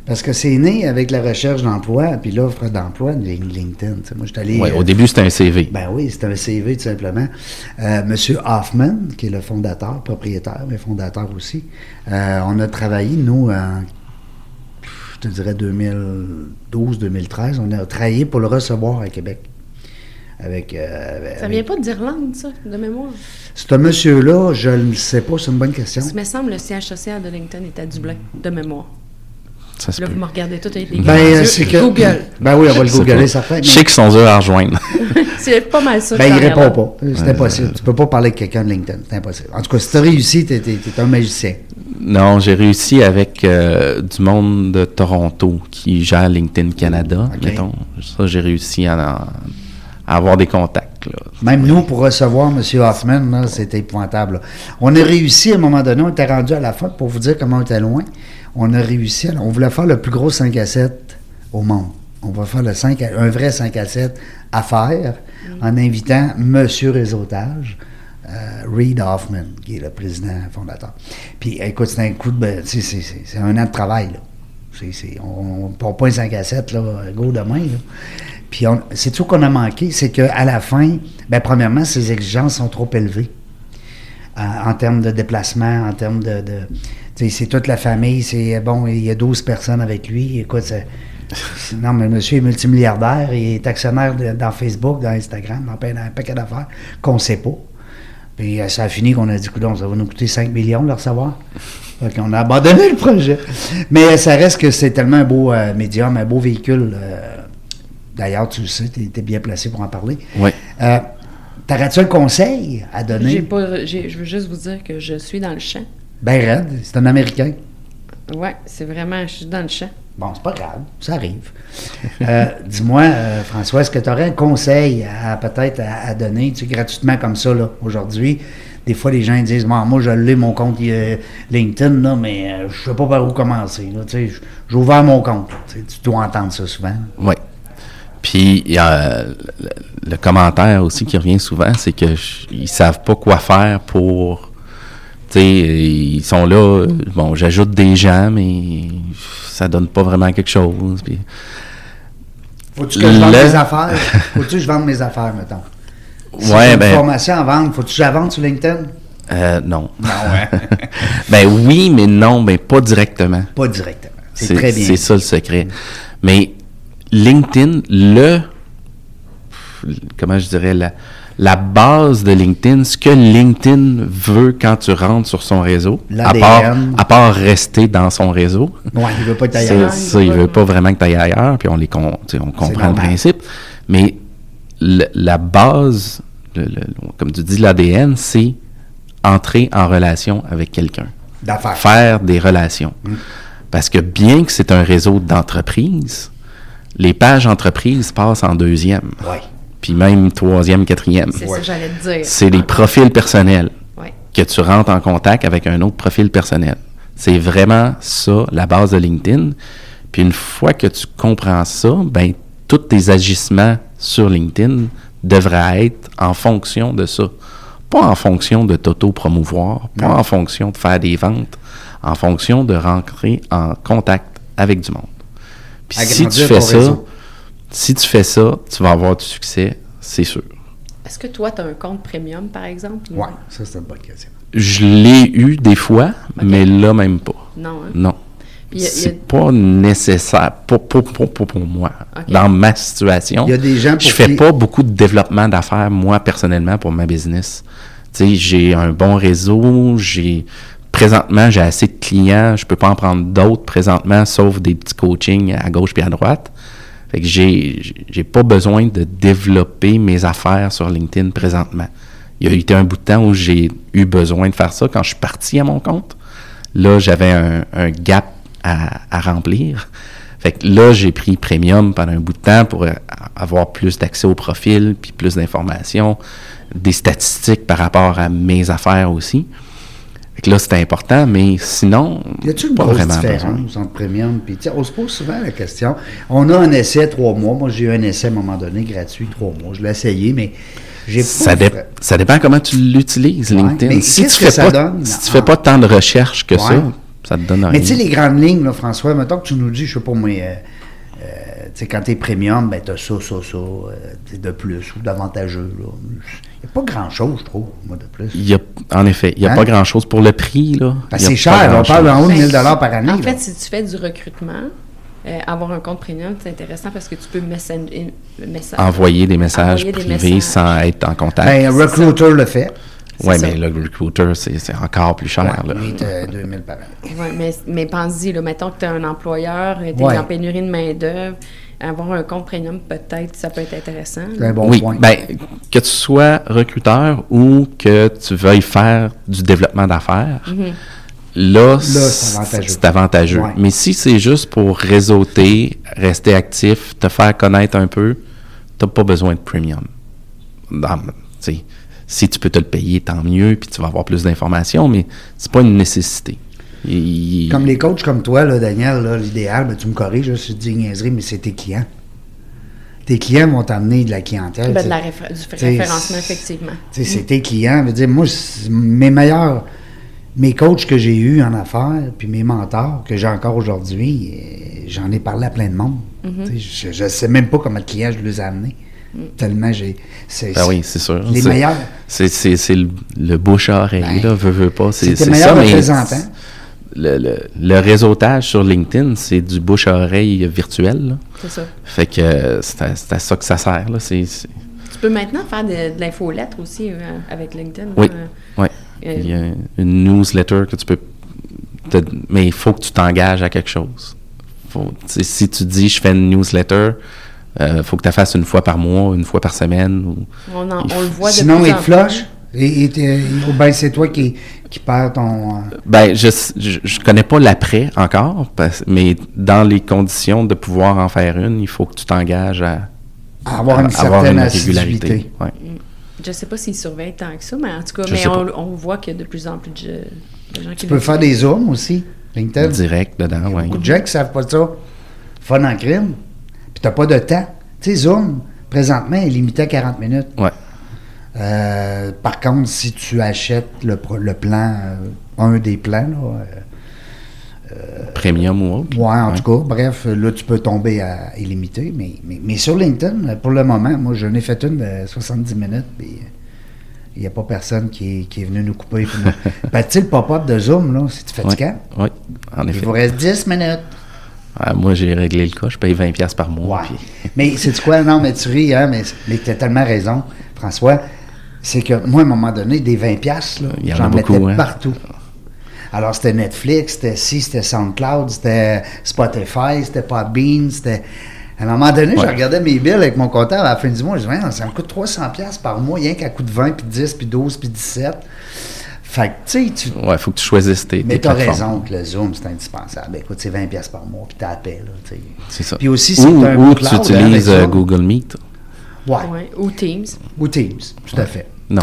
Speaker 1: Parce que c'est né avec la recherche d'emploi, puis l'offre d'emploi de Lin- LinkedIn. Tu sais, moi, j'étais allé.
Speaker 3: Ouais,
Speaker 1: euh,
Speaker 3: au début, c'était un CV.
Speaker 1: Ben oui, c'est un CV tout simplement. Euh, Monsieur Hoffman, qui est le fondateur, propriétaire, mais fondateur aussi, euh, on a travaillé, nous, en, je te dirais 2012-2013, on a travaillé pour le recevoir à Québec. Avec, euh, avec-
Speaker 2: Ça vient pas d'Irlande, ça, de mémoire.
Speaker 1: Ce monsieur-là, je ne sais pas, c'est une bonne question.
Speaker 2: Il me semble le siège social de LinkedIn est à Dublin, de mémoire.
Speaker 3: Ça se
Speaker 2: Là,
Speaker 3: peut.
Speaker 2: vous me regardez tout avec les grands
Speaker 1: Ben,
Speaker 2: yeux.
Speaker 1: euh, c'est que.
Speaker 2: Google.
Speaker 1: Ben oui, on va
Speaker 3: Je
Speaker 1: le
Speaker 3: sais
Speaker 1: googler,
Speaker 3: pas.
Speaker 1: ça fait. mais-
Speaker 3: Je sais qu'ils sont durs à rejoindre.
Speaker 2: C'est pas mal ça.
Speaker 1: Ben, il
Speaker 2: quand même.
Speaker 1: répond pas. Euh, C'est impossible. Tu peux pas parler avec quelqu'un de LinkedIn. C'est impossible. En tout cas, si tu as réussi, tu es, un magicien.
Speaker 3: Non, j'ai réussi avec euh, du monde de Toronto qui gère LinkedIn Canada,
Speaker 1: Ok.
Speaker 3: mettons. Ça, j'ai réussi à, en- à avoir des contacts. là.
Speaker 1: Même nous, pour recevoir M. Hoffman, là, c'était épouvantable. là. On a réussi à un moment donné, on était rendu à la fin pour vous dire comment on était loin. On a réussi, à- on voulait faire le plus gros 5 à 7 au monde. On va faire le 5 à- un vrai 5 à 7 à faire en invitant M. Réseautage. euh, Reid Hoffman, qui est le président fondateur. Puis, écoute, c'est un coup de. ben, tu sais, c'est- c'est c'est un an de travail, là. C'est- c'est- on ne part pas un 5 à 7, là, go demain. Là. Puis on- c'est tout qu'on a manqué, c'est qu'à la fin, ben, premièrement, ces exigences sont trop élevées. Euh, en termes de déplacement, en termes de. de- tu sais, c'est toute la famille, c'est euh, bon, il y a 12 personnes avec lui. Écoute, c'est- c'est- non, mais monsieur est multimilliardaire, il est actionnaire de- dans Facebook, dans Instagram, dans plein- dans un paquet d'affaires qu'on ne sait pas. Puis euh, ça a fini qu'on a dit, coudon, ça va nous coûter 5 millions de le recevoir. Fait qu'on a abandonné le projet. Mais euh, ça reste que c'est tellement un beau euh, médium, un beau véhicule. euh, D'ailleurs, tu le sais, tu étais bien placé pour en parler.
Speaker 3: Ouais.
Speaker 1: Euh, T'aurais-tu un conseil à
Speaker 2: J'ai
Speaker 1: donner?
Speaker 2: pas, j'ai- je veux juste vous dire que je suis dans le champ.
Speaker 1: Ben, Red, c'est un Américain.
Speaker 2: Ouais, c'est vraiment, je suis dans le champ.
Speaker 1: Bon, c'est pas grave, ça arrive. Euh, Dis-moi, euh, François, est-ce que tu aurais un conseil à peut-être à, à donner, tu sais, gratuitement comme ça, là, aujourd'hui? Des fois, les gens disent, moi, moi, je l'ai, mon compte euh, LinkedIn, là, mais euh, je sais pas par où commencer. là, tu sais, j- J'ai ouvert mon compte. Tu sais, tu dois entendre ça souvent.
Speaker 3: Oui. Puis, il y a le, le commentaire aussi qui revient souvent, c'est que je- ils savent pas quoi faire pour. Tu sais, ils sont là. euh, Bon, j'ajoute des gens, mais ça donne pas vraiment quelque chose. Puis,
Speaker 1: Faut-tu que je vende
Speaker 3: Le-
Speaker 1: mes affaires? Faut-tu que je vende mes affaires, mettons? Si j'ai
Speaker 3: ouais,
Speaker 1: une
Speaker 3: ben.
Speaker 1: formation à vendre, faut-tu que je la vende sur LinkedIn?
Speaker 3: euh, non.
Speaker 1: ouais.
Speaker 3: ben oui, mais non, mais pas directement.
Speaker 1: Pas directement. C'est très bien.
Speaker 3: C'est ça le secret. Mais LinkedIn, le. Comment je dirais, la, la base de LinkedIn, ce que LinkedIn veut quand tu rentres sur son réseau, à
Speaker 1: L'ADN.
Speaker 3: part, à part rester dans son réseau,
Speaker 1: Ouais, il veut pas être
Speaker 3: c'est
Speaker 1: ailleurs.
Speaker 3: ça, il veut pas vraiment que tu ailles ailleurs, puis on, les con- tu sais, on comprend le
Speaker 1: normal.
Speaker 3: principe. Mais le- la base, le- le- comme tu dis, l'ADN, c'est entrer en relation avec quelqu'un
Speaker 1: D'affaires.
Speaker 3: faire des relations. Parce que bien que c'est un réseau d'entreprises, les pages entreprises passent en deuxième,
Speaker 1: Ouais.
Speaker 3: puis même troisième, quatrième.
Speaker 2: C'est ça que j'allais te dire.
Speaker 3: C'est les profils personnels
Speaker 2: Ouais.
Speaker 3: que tu rentres en contact avec un autre profil personnel. C'est vraiment ça, la base de LinkedIn. Puis une fois que tu comprends ça, ben tous tes agissements sur LinkedIn devraient être en fonction de ça. Pas en fonction de t'auto-promouvoir, pas en fonction de faire des ventes, en fonction de rentrer en contact avec du monde. Puis si
Speaker 1: Agrandir
Speaker 3: tu fais
Speaker 1: ton
Speaker 3: ça,
Speaker 1: réseau.
Speaker 3: si tu fais ça, tu vas avoir du succès, c'est sûr.
Speaker 2: Est-ce que toi, tu as un compte premium, par exemple?
Speaker 1: Ouais, ça, c'est une bonne question.
Speaker 3: Je l'ai eu des fois, mais là même pas.
Speaker 2: Non,
Speaker 1: Mm.
Speaker 2: hein?
Speaker 3: Non.
Speaker 2: Puis il y a- Ben, il y a-
Speaker 3: C'est pas nécessaire pour, pour, pour, pour, pour moi.
Speaker 2: Ok.
Speaker 3: Dans ma situation,
Speaker 1: Il y a des gens pour
Speaker 3: je fais
Speaker 1: qui-
Speaker 3: pas beaucoup de développement d'affaires, moi, personnellement, pour ma business. Tu sais, j'ai un bon réseau, j'ai... Présentement, j'ai assez de clients, je peux pas en prendre d'autres présentement, sauf des petits coachings à gauche puis à droite. Fait que j'ai j'ai- j'ai pas besoin de développer mes affaires sur LinkedIn présentement. Il y a eu un bout de temps où j'ai eu besoin de faire ça quand je suis parti à mon compte. Là, j'avais un, un gap à, à remplir. Fait que là, j'ai pris Premium pendant un bout de temps pour euh, avoir plus d'accès au profil, puis plus d'informations, des statistiques par rapport à mes affaires aussi. Fait que là, c'est important, mais sinon,
Speaker 1: Y a-t-il une
Speaker 3: pas
Speaker 1: grosse
Speaker 3: vraiment besoin.
Speaker 1: différence entre premium puis tu sais, on se pose souvent la question. On a un essai trois mois. Moi, j'ai eu un essai à un moment donné gratuit trois mois. Je l'ai essayé, mais j'ai pas.
Speaker 3: Ça, dé- ça dépend comment tu l'utilises,
Speaker 1: Ouais,
Speaker 3: LinkedIn.
Speaker 1: mais
Speaker 3: Si
Speaker 1: qu'est-ce que
Speaker 3: tu fais
Speaker 1: ça
Speaker 3: pas,
Speaker 1: donne? Ah.
Speaker 3: si tu fais pas tant de recherches que
Speaker 1: Ouais.
Speaker 3: ça, ça te donne rien.
Speaker 1: Mais tu sais, les grandes lignes, là, François, mettons que tu nous dis, je sais pas moi, euh, euh, tu sais, quand t'es premium, ben t'as ça, ça, ça, euh, t'es de plus ou d'avantageux. Il n'y a pas grand-chose, je trouve, moi, de plus.
Speaker 3: Il y a- en effet, il n'y a
Speaker 1: Hein?
Speaker 3: pas grand-chose pour le prix. là.
Speaker 1: Parce
Speaker 3: Il y a
Speaker 1: que c'est
Speaker 3: pas
Speaker 1: cher, on
Speaker 3: grand-chose.
Speaker 1: parle en haut de
Speaker 2: Ben,
Speaker 1: 1000 par année.
Speaker 2: En
Speaker 1: là.
Speaker 2: fait, si tu fais du recrutement, euh, avoir un compte premium, c'est intéressant parce que tu peux messager.
Speaker 3: Envoyer des messages
Speaker 2: Envoyer des
Speaker 3: privés
Speaker 2: messages.
Speaker 3: sans être en contact.
Speaker 1: ben,
Speaker 2: c'est
Speaker 1: Recruiter le fait.
Speaker 3: oui,
Speaker 2: c'est
Speaker 3: mais le recruiter, c'est c'est encore plus cher. là.
Speaker 1: Il est euh, à 2000 par année.
Speaker 2: Ouais, mais, mais pense-y, là, mettons que tu es un employeur, tu es
Speaker 1: Ouais.
Speaker 2: en pénurie de main-d'œuvre, avoir un compte premium, peut-être, ça peut être intéressant.
Speaker 1: C'est un bon
Speaker 3: oui,
Speaker 1: point.
Speaker 3: ben, que tu sois recruteur ou que tu veuilles faire du développement d'affaires,
Speaker 2: Mhm.
Speaker 3: là,
Speaker 1: c'est avantageux.
Speaker 3: c'est avantageux.
Speaker 1: Ouais.
Speaker 3: Mais si c'est juste pour réseauter, rester actif, te faire connaître un peu, tu n'as pas besoin de premium. Dans- tu sais, si tu peux te le payer, tant mieux, puis tu vas avoir plus d'informations, mais c'est pas une nécessité. Il- il-
Speaker 1: Comme les coachs comme toi, là, Daniel, là, l'idéal, ben, tu me corriges, là, si je dis niaiserie, mais c'est tes clients. Tes clients vont t'amener de la clientèle.
Speaker 2: Ben, de
Speaker 1: tu-
Speaker 2: la réfé- du
Speaker 1: T'sais,
Speaker 2: référencement,
Speaker 1: c'est-
Speaker 2: effectivement.
Speaker 1: t'sais, C'est tes clients. Je veux dire, moi, c'est mes meilleurs, mes coachs que j'ai eus en affaires, puis mes mentors que j'ai encore aujourd'hui, euh, j'en ai parlé à plein de monde.
Speaker 2: Mhm.
Speaker 1: T'sais, Je ne sais même pas comment de clients je les ai amenés.
Speaker 2: Mm.
Speaker 1: Tellement j'ai. c'est-
Speaker 3: Ben oui, c'est sûr.
Speaker 1: Les
Speaker 3: C'est-
Speaker 1: meilleurs.
Speaker 3: C'est, c'est, c'est le, le bouche à oreille,
Speaker 1: Ben,
Speaker 3: là, veux, veux pas. C'est,
Speaker 1: c'est tes
Speaker 3: c'est
Speaker 1: meilleurs
Speaker 3: ça, mais
Speaker 1: représentants.
Speaker 3: c'est- Le, le- le réseautage sur LinkedIn, c'est du bouche à oreille virtuel. là.
Speaker 2: C'est ça.
Speaker 3: Fait que euh, c'est à, c'est à ça que ça sert. Là. C'est, c'est-
Speaker 2: Tu peux maintenant faire de, de l'infolettre aussi euh, avec LinkedIn.
Speaker 3: Oui.
Speaker 2: hein.
Speaker 3: ouais.
Speaker 2: Euh,
Speaker 3: Il y a une newsletter que tu peux. te- mais il faut que tu t'engages à quelque chose. Faut- tu sais, si tu dis je fais une newsletter, il faut que tu la fasses une fois par mois, une fois par semaine. Ou,
Speaker 2: On, en-
Speaker 3: Il
Speaker 2: on le
Speaker 3: f-
Speaker 2: voit de
Speaker 1: Sinon,
Speaker 2: plus
Speaker 1: ils
Speaker 2: en plus.
Speaker 1: flushent. Et, et, euh, ou ben, c'est toi qui, qui perds ton. euh,
Speaker 3: Ben, je, je, je connais pas l'après encore, parce- mais dans les conditions de pouvoir en faire une, il faut que tu t'engages à,
Speaker 1: à avoir
Speaker 3: à-
Speaker 1: une
Speaker 3: à
Speaker 1: certaine assiduité.
Speaker 3: Ouais.
Speaker 2: Je sais pas s'ils surveillent tant que ça, mais en tout cas,
Speaker 3: Je
Speaker 2: mais
Speaker 3: sais
Speaker 2: on, on voit qu'il y a de plus en plus de, de gens qui
Speaker 1: Tu peux faire des zooms aussi, LinkedIn.
Speaker 3: Direct dedans, Ah ouais.
Speaker 1: Beaucoup de gens qui ne savent pas ça. Fun en crime. Puis t'as pas de temps. Tu sais, Zoom, présentement, est limité à 40 minutes.
Speaker 3: Ouais.
Speaker 1: Euh, par contre, si tu achètes le, pro- le plan, euh, un des plans, là, euh,
Speaker 3: Premium ou autre.
Speaker 1: ouais, en
Speaker 3: Ouais.
Speaker 1: tout cas, bref, là, tu peux tomber à illimité. Mais, mais, mais sur LinkedIn, pour le moment, moi, j'en ai fait une de 70 minutes, puis il n'y a pas personne qui est, qui est venu nous couper. puis nous- ben, tu sais, le pop-up de Zoom, là, c'est
Speaker 3: Ouais.
Speaker 1: fatigant.
Speaker 3: Ouais, en
Speaker 1: Il
Speaker 3: effet.
Speaker 1: vous reste 10 minutes.
Speaker 3: Ah, moi, j'ai réglé le cas, je paye 20$ piastres par mois.
Speaker 1: Ouais.
Speaker 3: puis-
Speaker 1: mais c'est quoi? Non, mais tu ris, hein, mais, mais tu as tellement raison, François. C'est que moi, à un moment donné, des 20$, piastres, là,
Speaker 3: Il y en a
Speaker 1: j'en
Speaker 3: beaucoup,
Speaker 1: mettais
Speaker 3: hein.
Speaker 1: partout. Alors, c'était Netflix, c'était si, c'était SoundCloud, c'était Spotify, c'était Podbean, c'était. À un moment donné, je
Speaker 3: Ouais.
Speaker 1: regardais mes billes avec mon comptable à la fin du mois. Je disais, Voyons, ça me coûte 300$ piastres par mois, rien qu'à coût de 20, puis 10, puis 12, puis 17. Fait que, tu sais, tu-
Speaker 3: Ouais, faut que tu choisisses tes.
Speaker 1: mais
Speaker 3: tes
Speaker 1: t'as
Speaker 3: plateformes.
Speaker 1: raison que le Zoom, c'est indispensable. Écoute, c'est 20$ piastres par mois, puis t'as la paix, là, tu sais.
Speaker 3: C'est ça.
Speaker 1: Puis aussi, c'est
Speaker 3: ou,
Speaker 1: un
Speaker 3: ou
Speaker 1: bon
Speaker 3: tu
Speaker 1: cloud, hein,
Speaker 3: utilises
Speaker 1: avec
Speaker 3: euh,
Speaker 1: ça.
Speaker 3: Google Meet.
Speaker 1: Ouais.
Speaker 2: Ouais, ou Teams.
Speaker 1: Ou Teams, tout à fait.
Speaker 3: Non.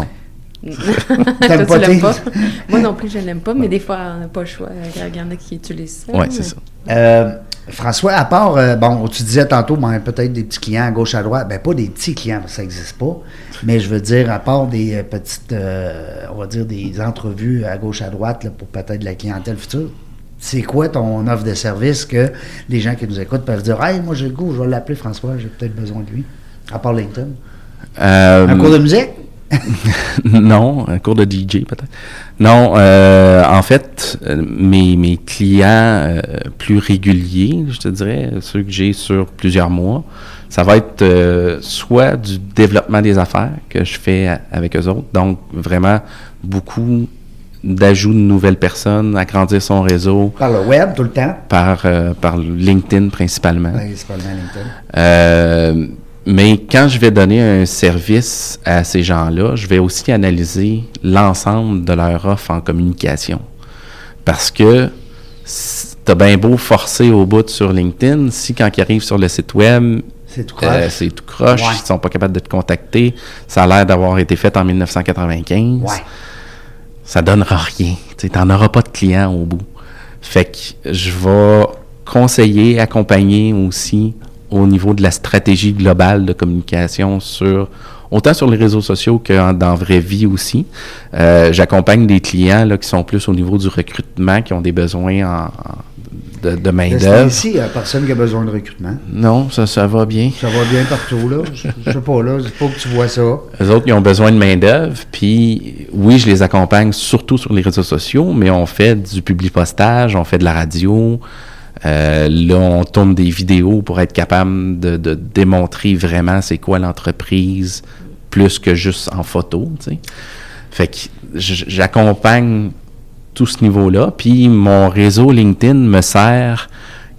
Speaker 2: Toi,
Speaker 1: pas
Speaker 2: tu l'aimes
Speaker 1: Teams?
Speaker 2: pas? Moi non plus, je l'aime pas, mais des fois, on n'a pas le choix. Il y en a qui utilisent ça.
Speaker 3: Ouais, c'est
Speaker 2: mais-
Speaker 3: ça.
Speaker 1: Euh, François, à part, euh, bon, tu disais tantôt, ben, peut-être des petits clients à gauche, à droite. Ben, pas des petits clients, parce que ça n'existe pas. Mais je veux dire, à part des euh, petites, euh, on va dire, des entrevues à gauche, à droite, là, pour peut-être de la clientèle future. C'est quoi ton offre de service que les gens qui nous écoutent peuvent dire, hey, moi j'ai le goût, je vais l'appeler François, j'ai peut-être besoin de lui. À part LinkedIn.
Speaker 3: Euh,
Speaker 1: Un cours de musique?
Speaker 3: non, un cours de DJ peut-être. Non, euh, en fait, euh, mes, mes clients euh, plus réguliers, je te dirais, ceux que j'ai sur plusieurs mois, ça va être euh, soit du développement des affaires que je fais a- avec eux autres, donc vraiment beaucoup d'ajouts de nouvelles personnes, agrandir son réseau
Speaker 1: Par le web, tout le temps. Ben,
Speaker 3: par, euh, par LinkedIn principalement.
Speaker 1: Principalement LinkedIn.
Speaker 3: Euh, mais quand je vais donner un service à ces gens-là, je vais aussi analyser l'ensemble de leur offre en communication. Parce que tu as bien beau forcer au bout sur LinkedIn, si quand ils arrivent sur le site web,
Speaker 1: C'est tout
Speaker 3: euh,
Speaker 1: croche.
Speaker 3: c'est tout croche,
Speaker 1: Ouais.
Speaker 3: ils sont pas capables de te contacter, ça a l'air d'avoir été fait en 1995,
Speaker 1: Ouais.
Speaker 3: ça donnera rien. Tu n'en auras pas de clients au bout. Fait que je vais conseiller, accompagner aussi au niveau de la stratégie globale de communication sur autant sur les réseaux sociaux que en- dans vraie vie aussi. Euh, J'accompagne des clients là, qui sont plus au niveau du recrutement, qui ont des besoins en- en- de, de main-d'œuvre.
Speaker 1: Ici, il n'y a personne qui a besoin de recrutement.
Speaker 3: Non, ça, ça va bien.
Speaker 1: Ça va bien partout, là. Je je sais pas, là. Il faut que tu vois ça.
Speaker 3: Les autres, ils ont besoin de main-d'œuvre. Puis, oui, je les accompagne surtout sur les réseaux sociaux, mais on fait du publipostage, on fait de la radio. Euh, là, on tourne des vidéos pour être capable de, de démontrer vraiment c'est quoi l'entreprise, plus que juste en photo. tu sais. Fait que j- j'accompagne tout ce niveau-là. Puis mon réseau LinkedIn me sert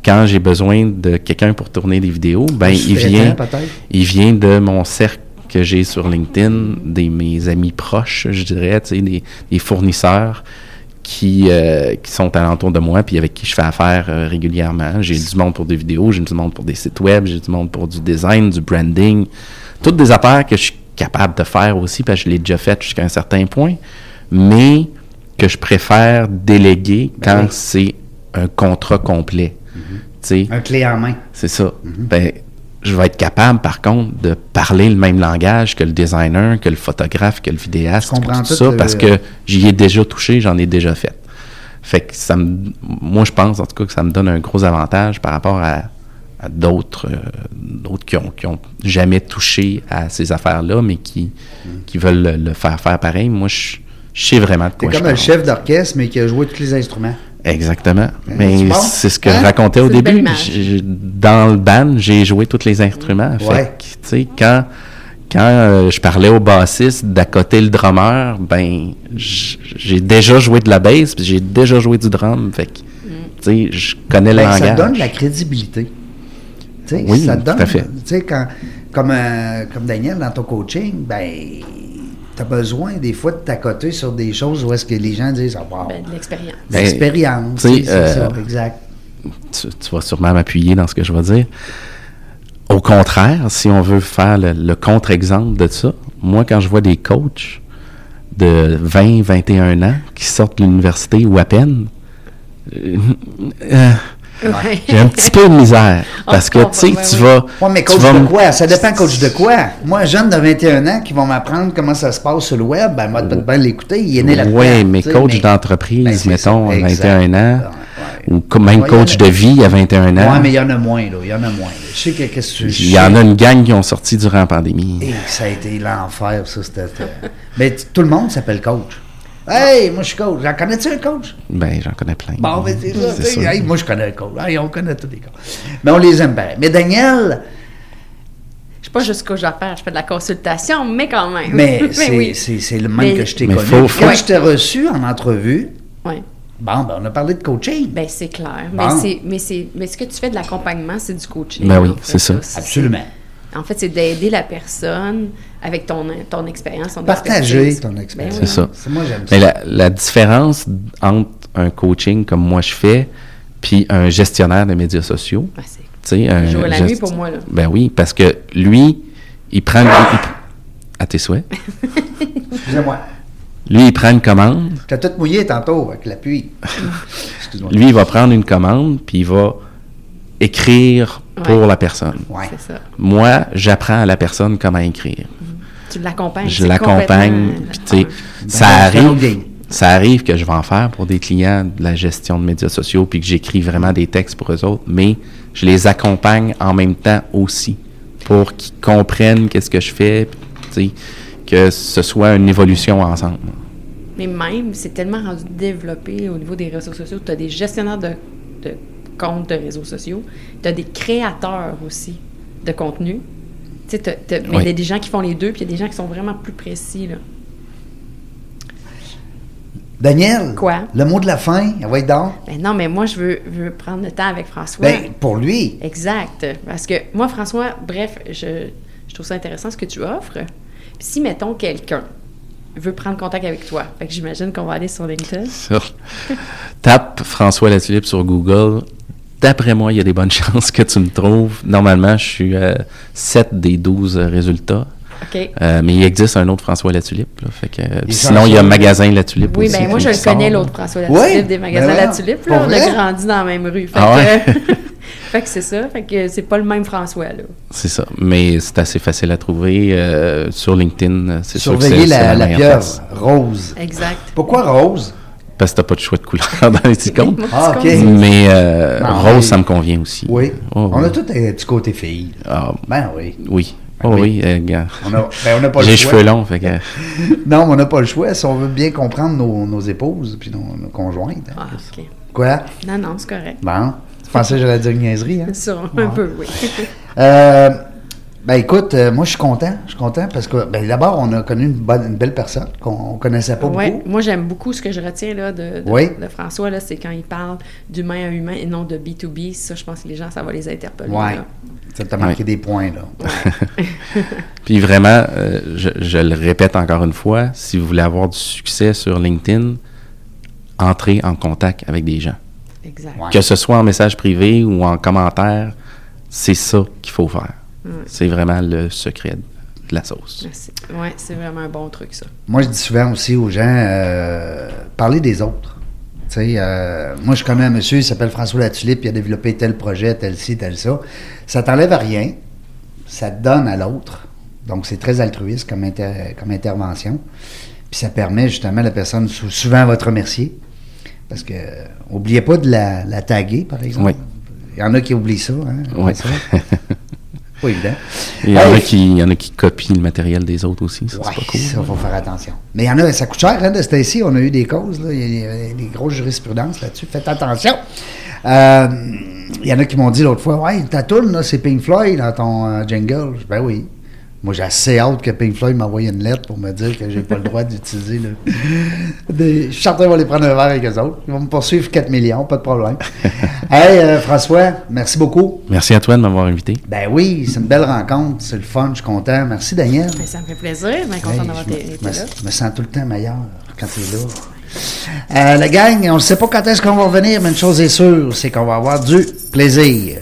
Speaker 3: quand j'ai besoin de quelqu'un pour tourner des vidéos. Ben, il
Speaker 1: Sous-traitant,
Speaker 3: vient,
Speaker 1: peut-être?
Speaker 3: il vient de mon cercle que j'ai sur LinkedIn, des mes amis proches, je dirais, tu sais, des, des fournisseurs qui, euh, qui sont alentour de moi, puis avec qui je fais affaire euh, régulièrement. J'ai du monde pour des vidéos, j'ai du monde pour des sites web, j'ai du monde pour du design, du branding, toutes des affaires que je suis capable de faire aussi, parce que je l'ai déjà fait jusqu'à un certain point, mais que je préfère déléguer quand c'est un contrat complet. Tu sais,
Speaker 1: Un clé en main.
Speaker 3: c'est ça.
Speaker 1: Mhm.
Speaker 3: Ben, je vais être capable, par contre, de parler le même langage que le designer, que le photographe, que le vidéaste,
Speaker 1: Je comprends
Speaker 3: que
Speaker 1: tout
Speaker 3: tout ça,
Speaker 1: le-
Speaker 3: parce que j'y ai déjà touché, j'en ai déjà fait. Fait que ça me, moi, je pense en tout cas que ça me donne un gros avantage par rapport à, à d'autres, euh, d'autres qui ont, qui ont jamais touché à ces affaires-là, mais qui,
Speaker 1: Mhm.
Speaker 3: qui veulent le, le faire faire pareil. Moi, je, je sais vraiment de
Speaker 1: T'es
Speaker 3: quoi je
Speaker 1: comme un
Speaker 3: parle.
Speaker 1: chef d'orchestre, mais qui a joué tous les instruments.
Speaker 3: Exactement. Mais
Speaker 1: tu penses?
Speaker 3: c'est ce que
Speaker 1: Hein?
Speaker 3: je racontais au
Speaker 2: C'est une belle
Speaker 3: début.
Speaker 2: image.
Speaker 3: J'ai- Dans le band, j'ai joué tous les instruments. Fait
Speaker 1: Ouais.
Speaker 3: que, tu sais, quand, quand euh, je parlais au bassiste d'à côté le drummer, ben, j- j'ai déjà joué de la bass, puis j'ai déjà joué du drum. Fait que, tu sais, je connais le
Speaker 1: Ben,
Speaker 3: langage.
Speaker 1: ça te donne de la crédibilité. Tu sais,
Speaker 3: Oui,
Speaker 1: ça te donne,
Speaker 3: tout à fait.
Speaker 1: Tu sais, quand, comme, euh, comme Daniel, dans ton coaching, ben, tu as besoin des fois de t'accoter sur des choses où est-ce que les gens disent, ah, wow,
Speaker 2: Ben, de l'expérience.
Speaker 3: ben,
Speaker 1: l'expérience.
Speaker 3: tu sais,
Speaker 1: tu sais, c'est
Speaker 3: euh,
Speaker 1: ça, exact.
Speaker 3: tu, tu vas sûrement m'appuyer dans ce que je vais dire. Au contraire, si on veut faire le, le contre-exemple de ça, moi, quand je vois des coachs de 20, 21 ans qui sortent de l'université ou à peine, euh, euh,
Speaker 1: Ben,
Speaker 2: Ouais.
Speaker 3: j'ai un petit peu de misère.
Speaker 2: On
Speaker 3: Parce que, tu sais,
Speaker 2: comprend,
Speaker 3: tu
Speaker 2: oui,
Speaker 3: vas...
Speaker 1: Ouais, mais
Speaker 3: tu
Speaker 1: coach
Speaker 3: vas
Speaker 1: de
Speaker 3: me-
Speaker 1: quoi? Ça dépend coach de quoi. Moi, jeune de 21 ans qui vont m'apprendre comment ça se passe sur le web, ben moi, de bien l'écouter, il est né là-dedans.
Speaker 3: Oui, Oh. mais
Speaker 1: tu sais,
Speaker 3: coach
Speaker 1: ben,
Speaker 3: d'entreprise,
Speaker 1: c'est
Speaker 3: mettons,
Speaker 1: ça,
Speaker 3: à
Speaker 1: exact.
Speaker 3: 21 ans,
Speaker 1: Ouais, ouais.
Speaker 3: ou co- même
Speaker 1: Ouais, il
Speaker 3: coach
Speaker 1: y en
Speaker 3: de
Speaker 1: a-
Speaker 3: vie à 21 ans,
Speaker 1: Ouais, mais il y en a moins, là. Il y en a moins. Je sais que qu'est-ce que tu-
Speaker 3: il y en a une gang qui ont sorti durant la pandémie.
Speaker 1: Et ça a été l'enfer, ça. C'était, euh, mais t- tout le monde s'appelle coach. Hey, moi je suis coach. J'en connais-tu un coach?
Speaker 3: Ben, j'en connais plein.
Speaker 1: Bon, ben, c'est ça. tu sais,
Speaker 3: sûr.
Speaker 1: hey, moi je connais un coach. Hey, on connaît tous les coachs. Mais on les aime bien. Mais Daniel,
Speaker 2: Je suis pas juste coach d'affaires, je fais de la consultation, mais quand même.
Speaker 1: mais c'est,
Speaker 2: oui.
Speaker 1: c'est, c'est le même
Speaker 2: Mais-
Speaker 1: que je t'ai
Speaker 3: Mais
Speaker 1: connu.
Speaker 3: faut-
Speaker 1: Puis Quand
Speaker 3: faut-
Speaker 1: je t'ai reçu en entrevue,
Speaker 2: Ouais.
Speaker 1: bon, ben, on a parlé de coaching.
Speaker 2: Ben, c'est clair.
Speaker 1: Bon.
Speaker 2: Mais, c'est, mais, c'est, mais ce que tu fais de l'accompagnement, c'est du coaching.
Speaker 3: Ben oui,
Speaker 2: en fait,
Speaker 3: c'est ça.
Speaker 2: là.
Speaker 1: Absolument.
Speaker 2: En fait, c'est d'aider la personne avec ton, ton expérience, ton
Speaker 1: Partager
Speaker 2: expertise.
Speaker 1: ton
Speaker 2: Ben
Speaker 1: expérience.
Speaker 2: oui.
Speaker 3: C'est ça.
Speaker 1: C'est- moi j'aime ça.
Speaker 3: Mais la, la différence entre un coaching comme moi je fais, puis un gestionnaire de médias sociaux,
Speaker 2: Ben, c'est-
Speaker 3: tu sais, un
Speaker 2: Jour et la
Speaker 3: gest-
Speaker 2: nuit pour moi, là.
Speaker 3: Ben oui, parce que lui, il prend une- il pr- à tes souhaits.
Speaker 1: Excusez-moi.
Speaker 3: Lui, il prend une commande.
Speaker 1: T'as tout mouillé tantôt avec l'appui. Excuse-moi.
Speaker 3: Lui, il va prendre une commande, puis il va écrire pour
Speaker 2: Ouais.
Speaker 3: la personne.
Speaker 1: Ouais.
Speaker 2: c'est ça.
Speaker 3: Moi, j'apprends à la personne comment écrire.
Speaker 2: Tu l'accompagnes.
Speaker 3: je
Speaker 2: Ah, c'est
Speaker 3: l'accompagne.
Speaker 2: complètement- Ben,
Speaker 3: Puis, tu sais, ça
Speaker 1: dans le
Speaker 3: arrive.
Speaker 1: game.
Speaker 3: Ça arrive que je vais en faire pour des clients de la gestion de médias sociaux, puis que j'écris vraiment des textes pour eux autres, mais je les accompagne en même temps aussi pour qu'ils comprennent qu'est-ce que je fais, puis, tu sais, que ce soit une évolution ensemble.
Speaker 2: Mais même, c'est tellement rendu développé au niveau des réseaux sociaux. Tu as des gestionnaires de, de comptes de réseaux sociaux. Tu as des créateurs aussi de contenu. Tu sais, t'as- t'as- mais
Speaker 3: Oui.
Speaker 2: il y a des gens qui font les deux, puis il y a des gens qui sont vraiment plus précis. Là.
Speaker 1: Daniel,
Speaker 2: Quoi?
Speaker 1: le mot de la fin, ah ouais donc.
Speaker 2: Ben non, mais moi, je veux, veux prendre le temps avec François.
Speaker 1: Ben, pour lui,
Speaker 2: Exact. Parce que moi, François, bref, je, je trouve ça intéressant ce que tu offres. Puis si, mettons, quelqu'un veut prendre contact avec toi, fait que j'imagine qu'on va aller sur LinkedIn.
Speaker 3: Sur- Tape François Latulippe sur Google. D'après moi, il y a des bonnes chances que tu me trouves. Normalement, je suis 7 des 12 résultats.
Speaker 2: OK.
Speaker 3: Euh, mais il existe un autre François Latulippe. là, fait que, euh,
Speaker 1: Il
Speaker 3: sinon, il y a
Speaker 1: change-
Speaker 3: Magasin Latulippe
Speaker 2: Oui,
Speaker 3: aussi.
Speaker 2: ben moi,
Speaker 3: qui
Speaker 2: je le
Speaker 3: sort,
Speaker 2: connais,
Speaker 3: là.
Speaker 2: l'autre François
Speaker 1: Oui,
Speaker 2: Latulipe, des
Speaker 1: ben
Speaker 2: magasins
Speaker 1: voyons,
Speaker 2: Latulippe.
Speaker 1: pour
Speaker 2: Là, on
Speaker 1: vrai?
Speaker 2: a grandi dans la même rue. Fait,
Speaker 3: Ah
Speaker 2: que, fait que c'est ça. Fait que c'est pas le même François, là.
Speaker 3: C'est ça. Mais c'est assez facile à trouver euh, sur LinkedIn. euh, C'est sûr que
Speaker 1: Surveiller
Speaker 3: c'est- c'est
Speaker 1: la, la
Speaker 3: meilleure
Speaker 1: pieuvre
Speaker 3: place.
Speaker 1: rose.
Speaker 2: Exact.
Speaker 1: Pourquoi rose?
Speaker 3: Parce que t'as pas de choix de couleur dans les icônes.
Speaker 1: Ah,
Speaker 2: Moi,
Speaker 1: OK.
Speaker 2: c'est ce qu'on dit.
Speaker 3: Mais euh,
Speaker 1: Non,
Speaker 3: rose,
Speaker 1: mais-
Speaker 3: ça me convient aussi.
Speaker 1: Ah, Oui.
Speaker 3: Oh,
Speaker 1: On a
Speaker 3: oui.
Speaker 1: tout un petit côté fille.
Speaker 3: Ah,
Speaker 1: Ben oui.
Speaker 3: oui. Oh,
Speaker 1: Oui.
Speaker 3: oui. euh, gars.
Speaker 1: On a, ben, on n'a pas
Speaker 3: J'ai
Speaker 1: le
Speaker 3: les
Speaker 1: choix.
Speaker 3: cheveux longs. Fait que,
Speaker 1: Non, mais on n'a pas le choix si on veut bien comprendre nos, nos épouses puis nos, nos conjointes. hein.
Speaker 2: Ah, OK.
Speaker 1: Quoi?
Speaker 2: Non, non, c'est correct.
Speaker 1: Bon, tu pensais que j'allais dire une niaiserie, hein?
Speaker 2: Sur, un peu, oui.
Speaker 1: Euh, ben écoute, euh, moi je suis content, je suis content parce que ben, d'abord on a connu une, bonne, une belle personne qu'on ne connaissait pas
Speaker 2: Ouais,
Speaker 1: beaucoup.
Speaker 2: moi, j'aime beaucoup ce que je retiens là, de, de,
Speaker 1: Oui.
Speaker 2: de François, là, c'est quand il parle d'humain à humain et non de B2B. Ça, je pense que les gens, ça va les interpeller.
Speaker 1: Ouais,
Speaker 2: là.
Speaker 1: ça t'a marqué
Speaker 3: Ouais.
Speaker 1: des points là.
Speaker 3: Puis vraiment, euh, je, je le répète encore une fois, si vous voulez avoir du succès sur LinkedIn, entrez en contact avec des gens.
Speaker 2: Exact.
Speaker 1: Ouais.
Speaker 3: Que ce soit en message privé ou en commentaire, c'est ça qu'il faut faire. C'est vraiment le secret de la sauce.
Speaker 2: Merci. Ouais, c'est vraiment un bon truc, ça.
Speaker 1: Moi je dis souvent aussi aux gens, euh, parlez des autres. Tu sais, euh, moi je connais un monsieur, il s'appelle François Latulippe, il a développé tel projet, tel ci, tel ça. Ça t'enlève à rien, ça te donne à l'autre. Donc c'est très altruiste comme, inter- comme intervention. Puis ça permet justement à la personne sou- souvent va te remercier. Parce que euh, oubliez pas de la, la taguer, par exemple.
Speaker 3: Oui.
Speaker 1: Il y en a qui oublient ça, hein?
Speaker 3: Ouais.
Speaker 1: ça. Pas évident.
Speaker 3: Il y, en a
Speaker 1: Hey,
Speaker 3: qui, il y en a qui copient le matériel des autres aussi. Ça,
Speaker 1: Ouais,
Speaker 3: c'est pas cool.
Speaker 1: ça, faut faire attention. Mais il y en a, ça coûte cher, hein, de ce temps-ci. On a eu des causes, là. Il y a- il y a des grosses jurisprudences là-dessus. Faites attention. Euh, Il y en a qui m'ont dit l'autre fois, ouais, ta toune, là, c'est Pink Floyd dans ton euh, jingle. Je dis, Ben oui. Moi, j'ai assez hâte que Pink Floyd m'envoie une lettre pour me dire que j'ai pas le droit d'utiliser. le- des- Je suis certain qu'ils vont les prendre un verre avec eux autres. Ils vont me poursuivre 4 millions, pas de problème. hey, euh, François, merci beaucoup.
Speaker 3: Merci à toi de m'avoir invité.
Speaker 1: Ben oui, c'est une belle rencontre. C'est le fun, je suis content. Merci, Daniel.
Speaker 2: Ben, ça me fait plaisir. Bien
Speaker 1: Hey,
Speaker 2: content d'avoir
Speaker 1: Ben, je me-
Speaker 2: été été
Speaker 1: me,
Speaker 2: là.
Speaker 1: me sens tout le temps meilleur quand t'es là. Euh, la gang, on ne sait pas quand est-ce qu'on va revenir, mais une chose est sûre, c'est qu'on va avoir du plaisir.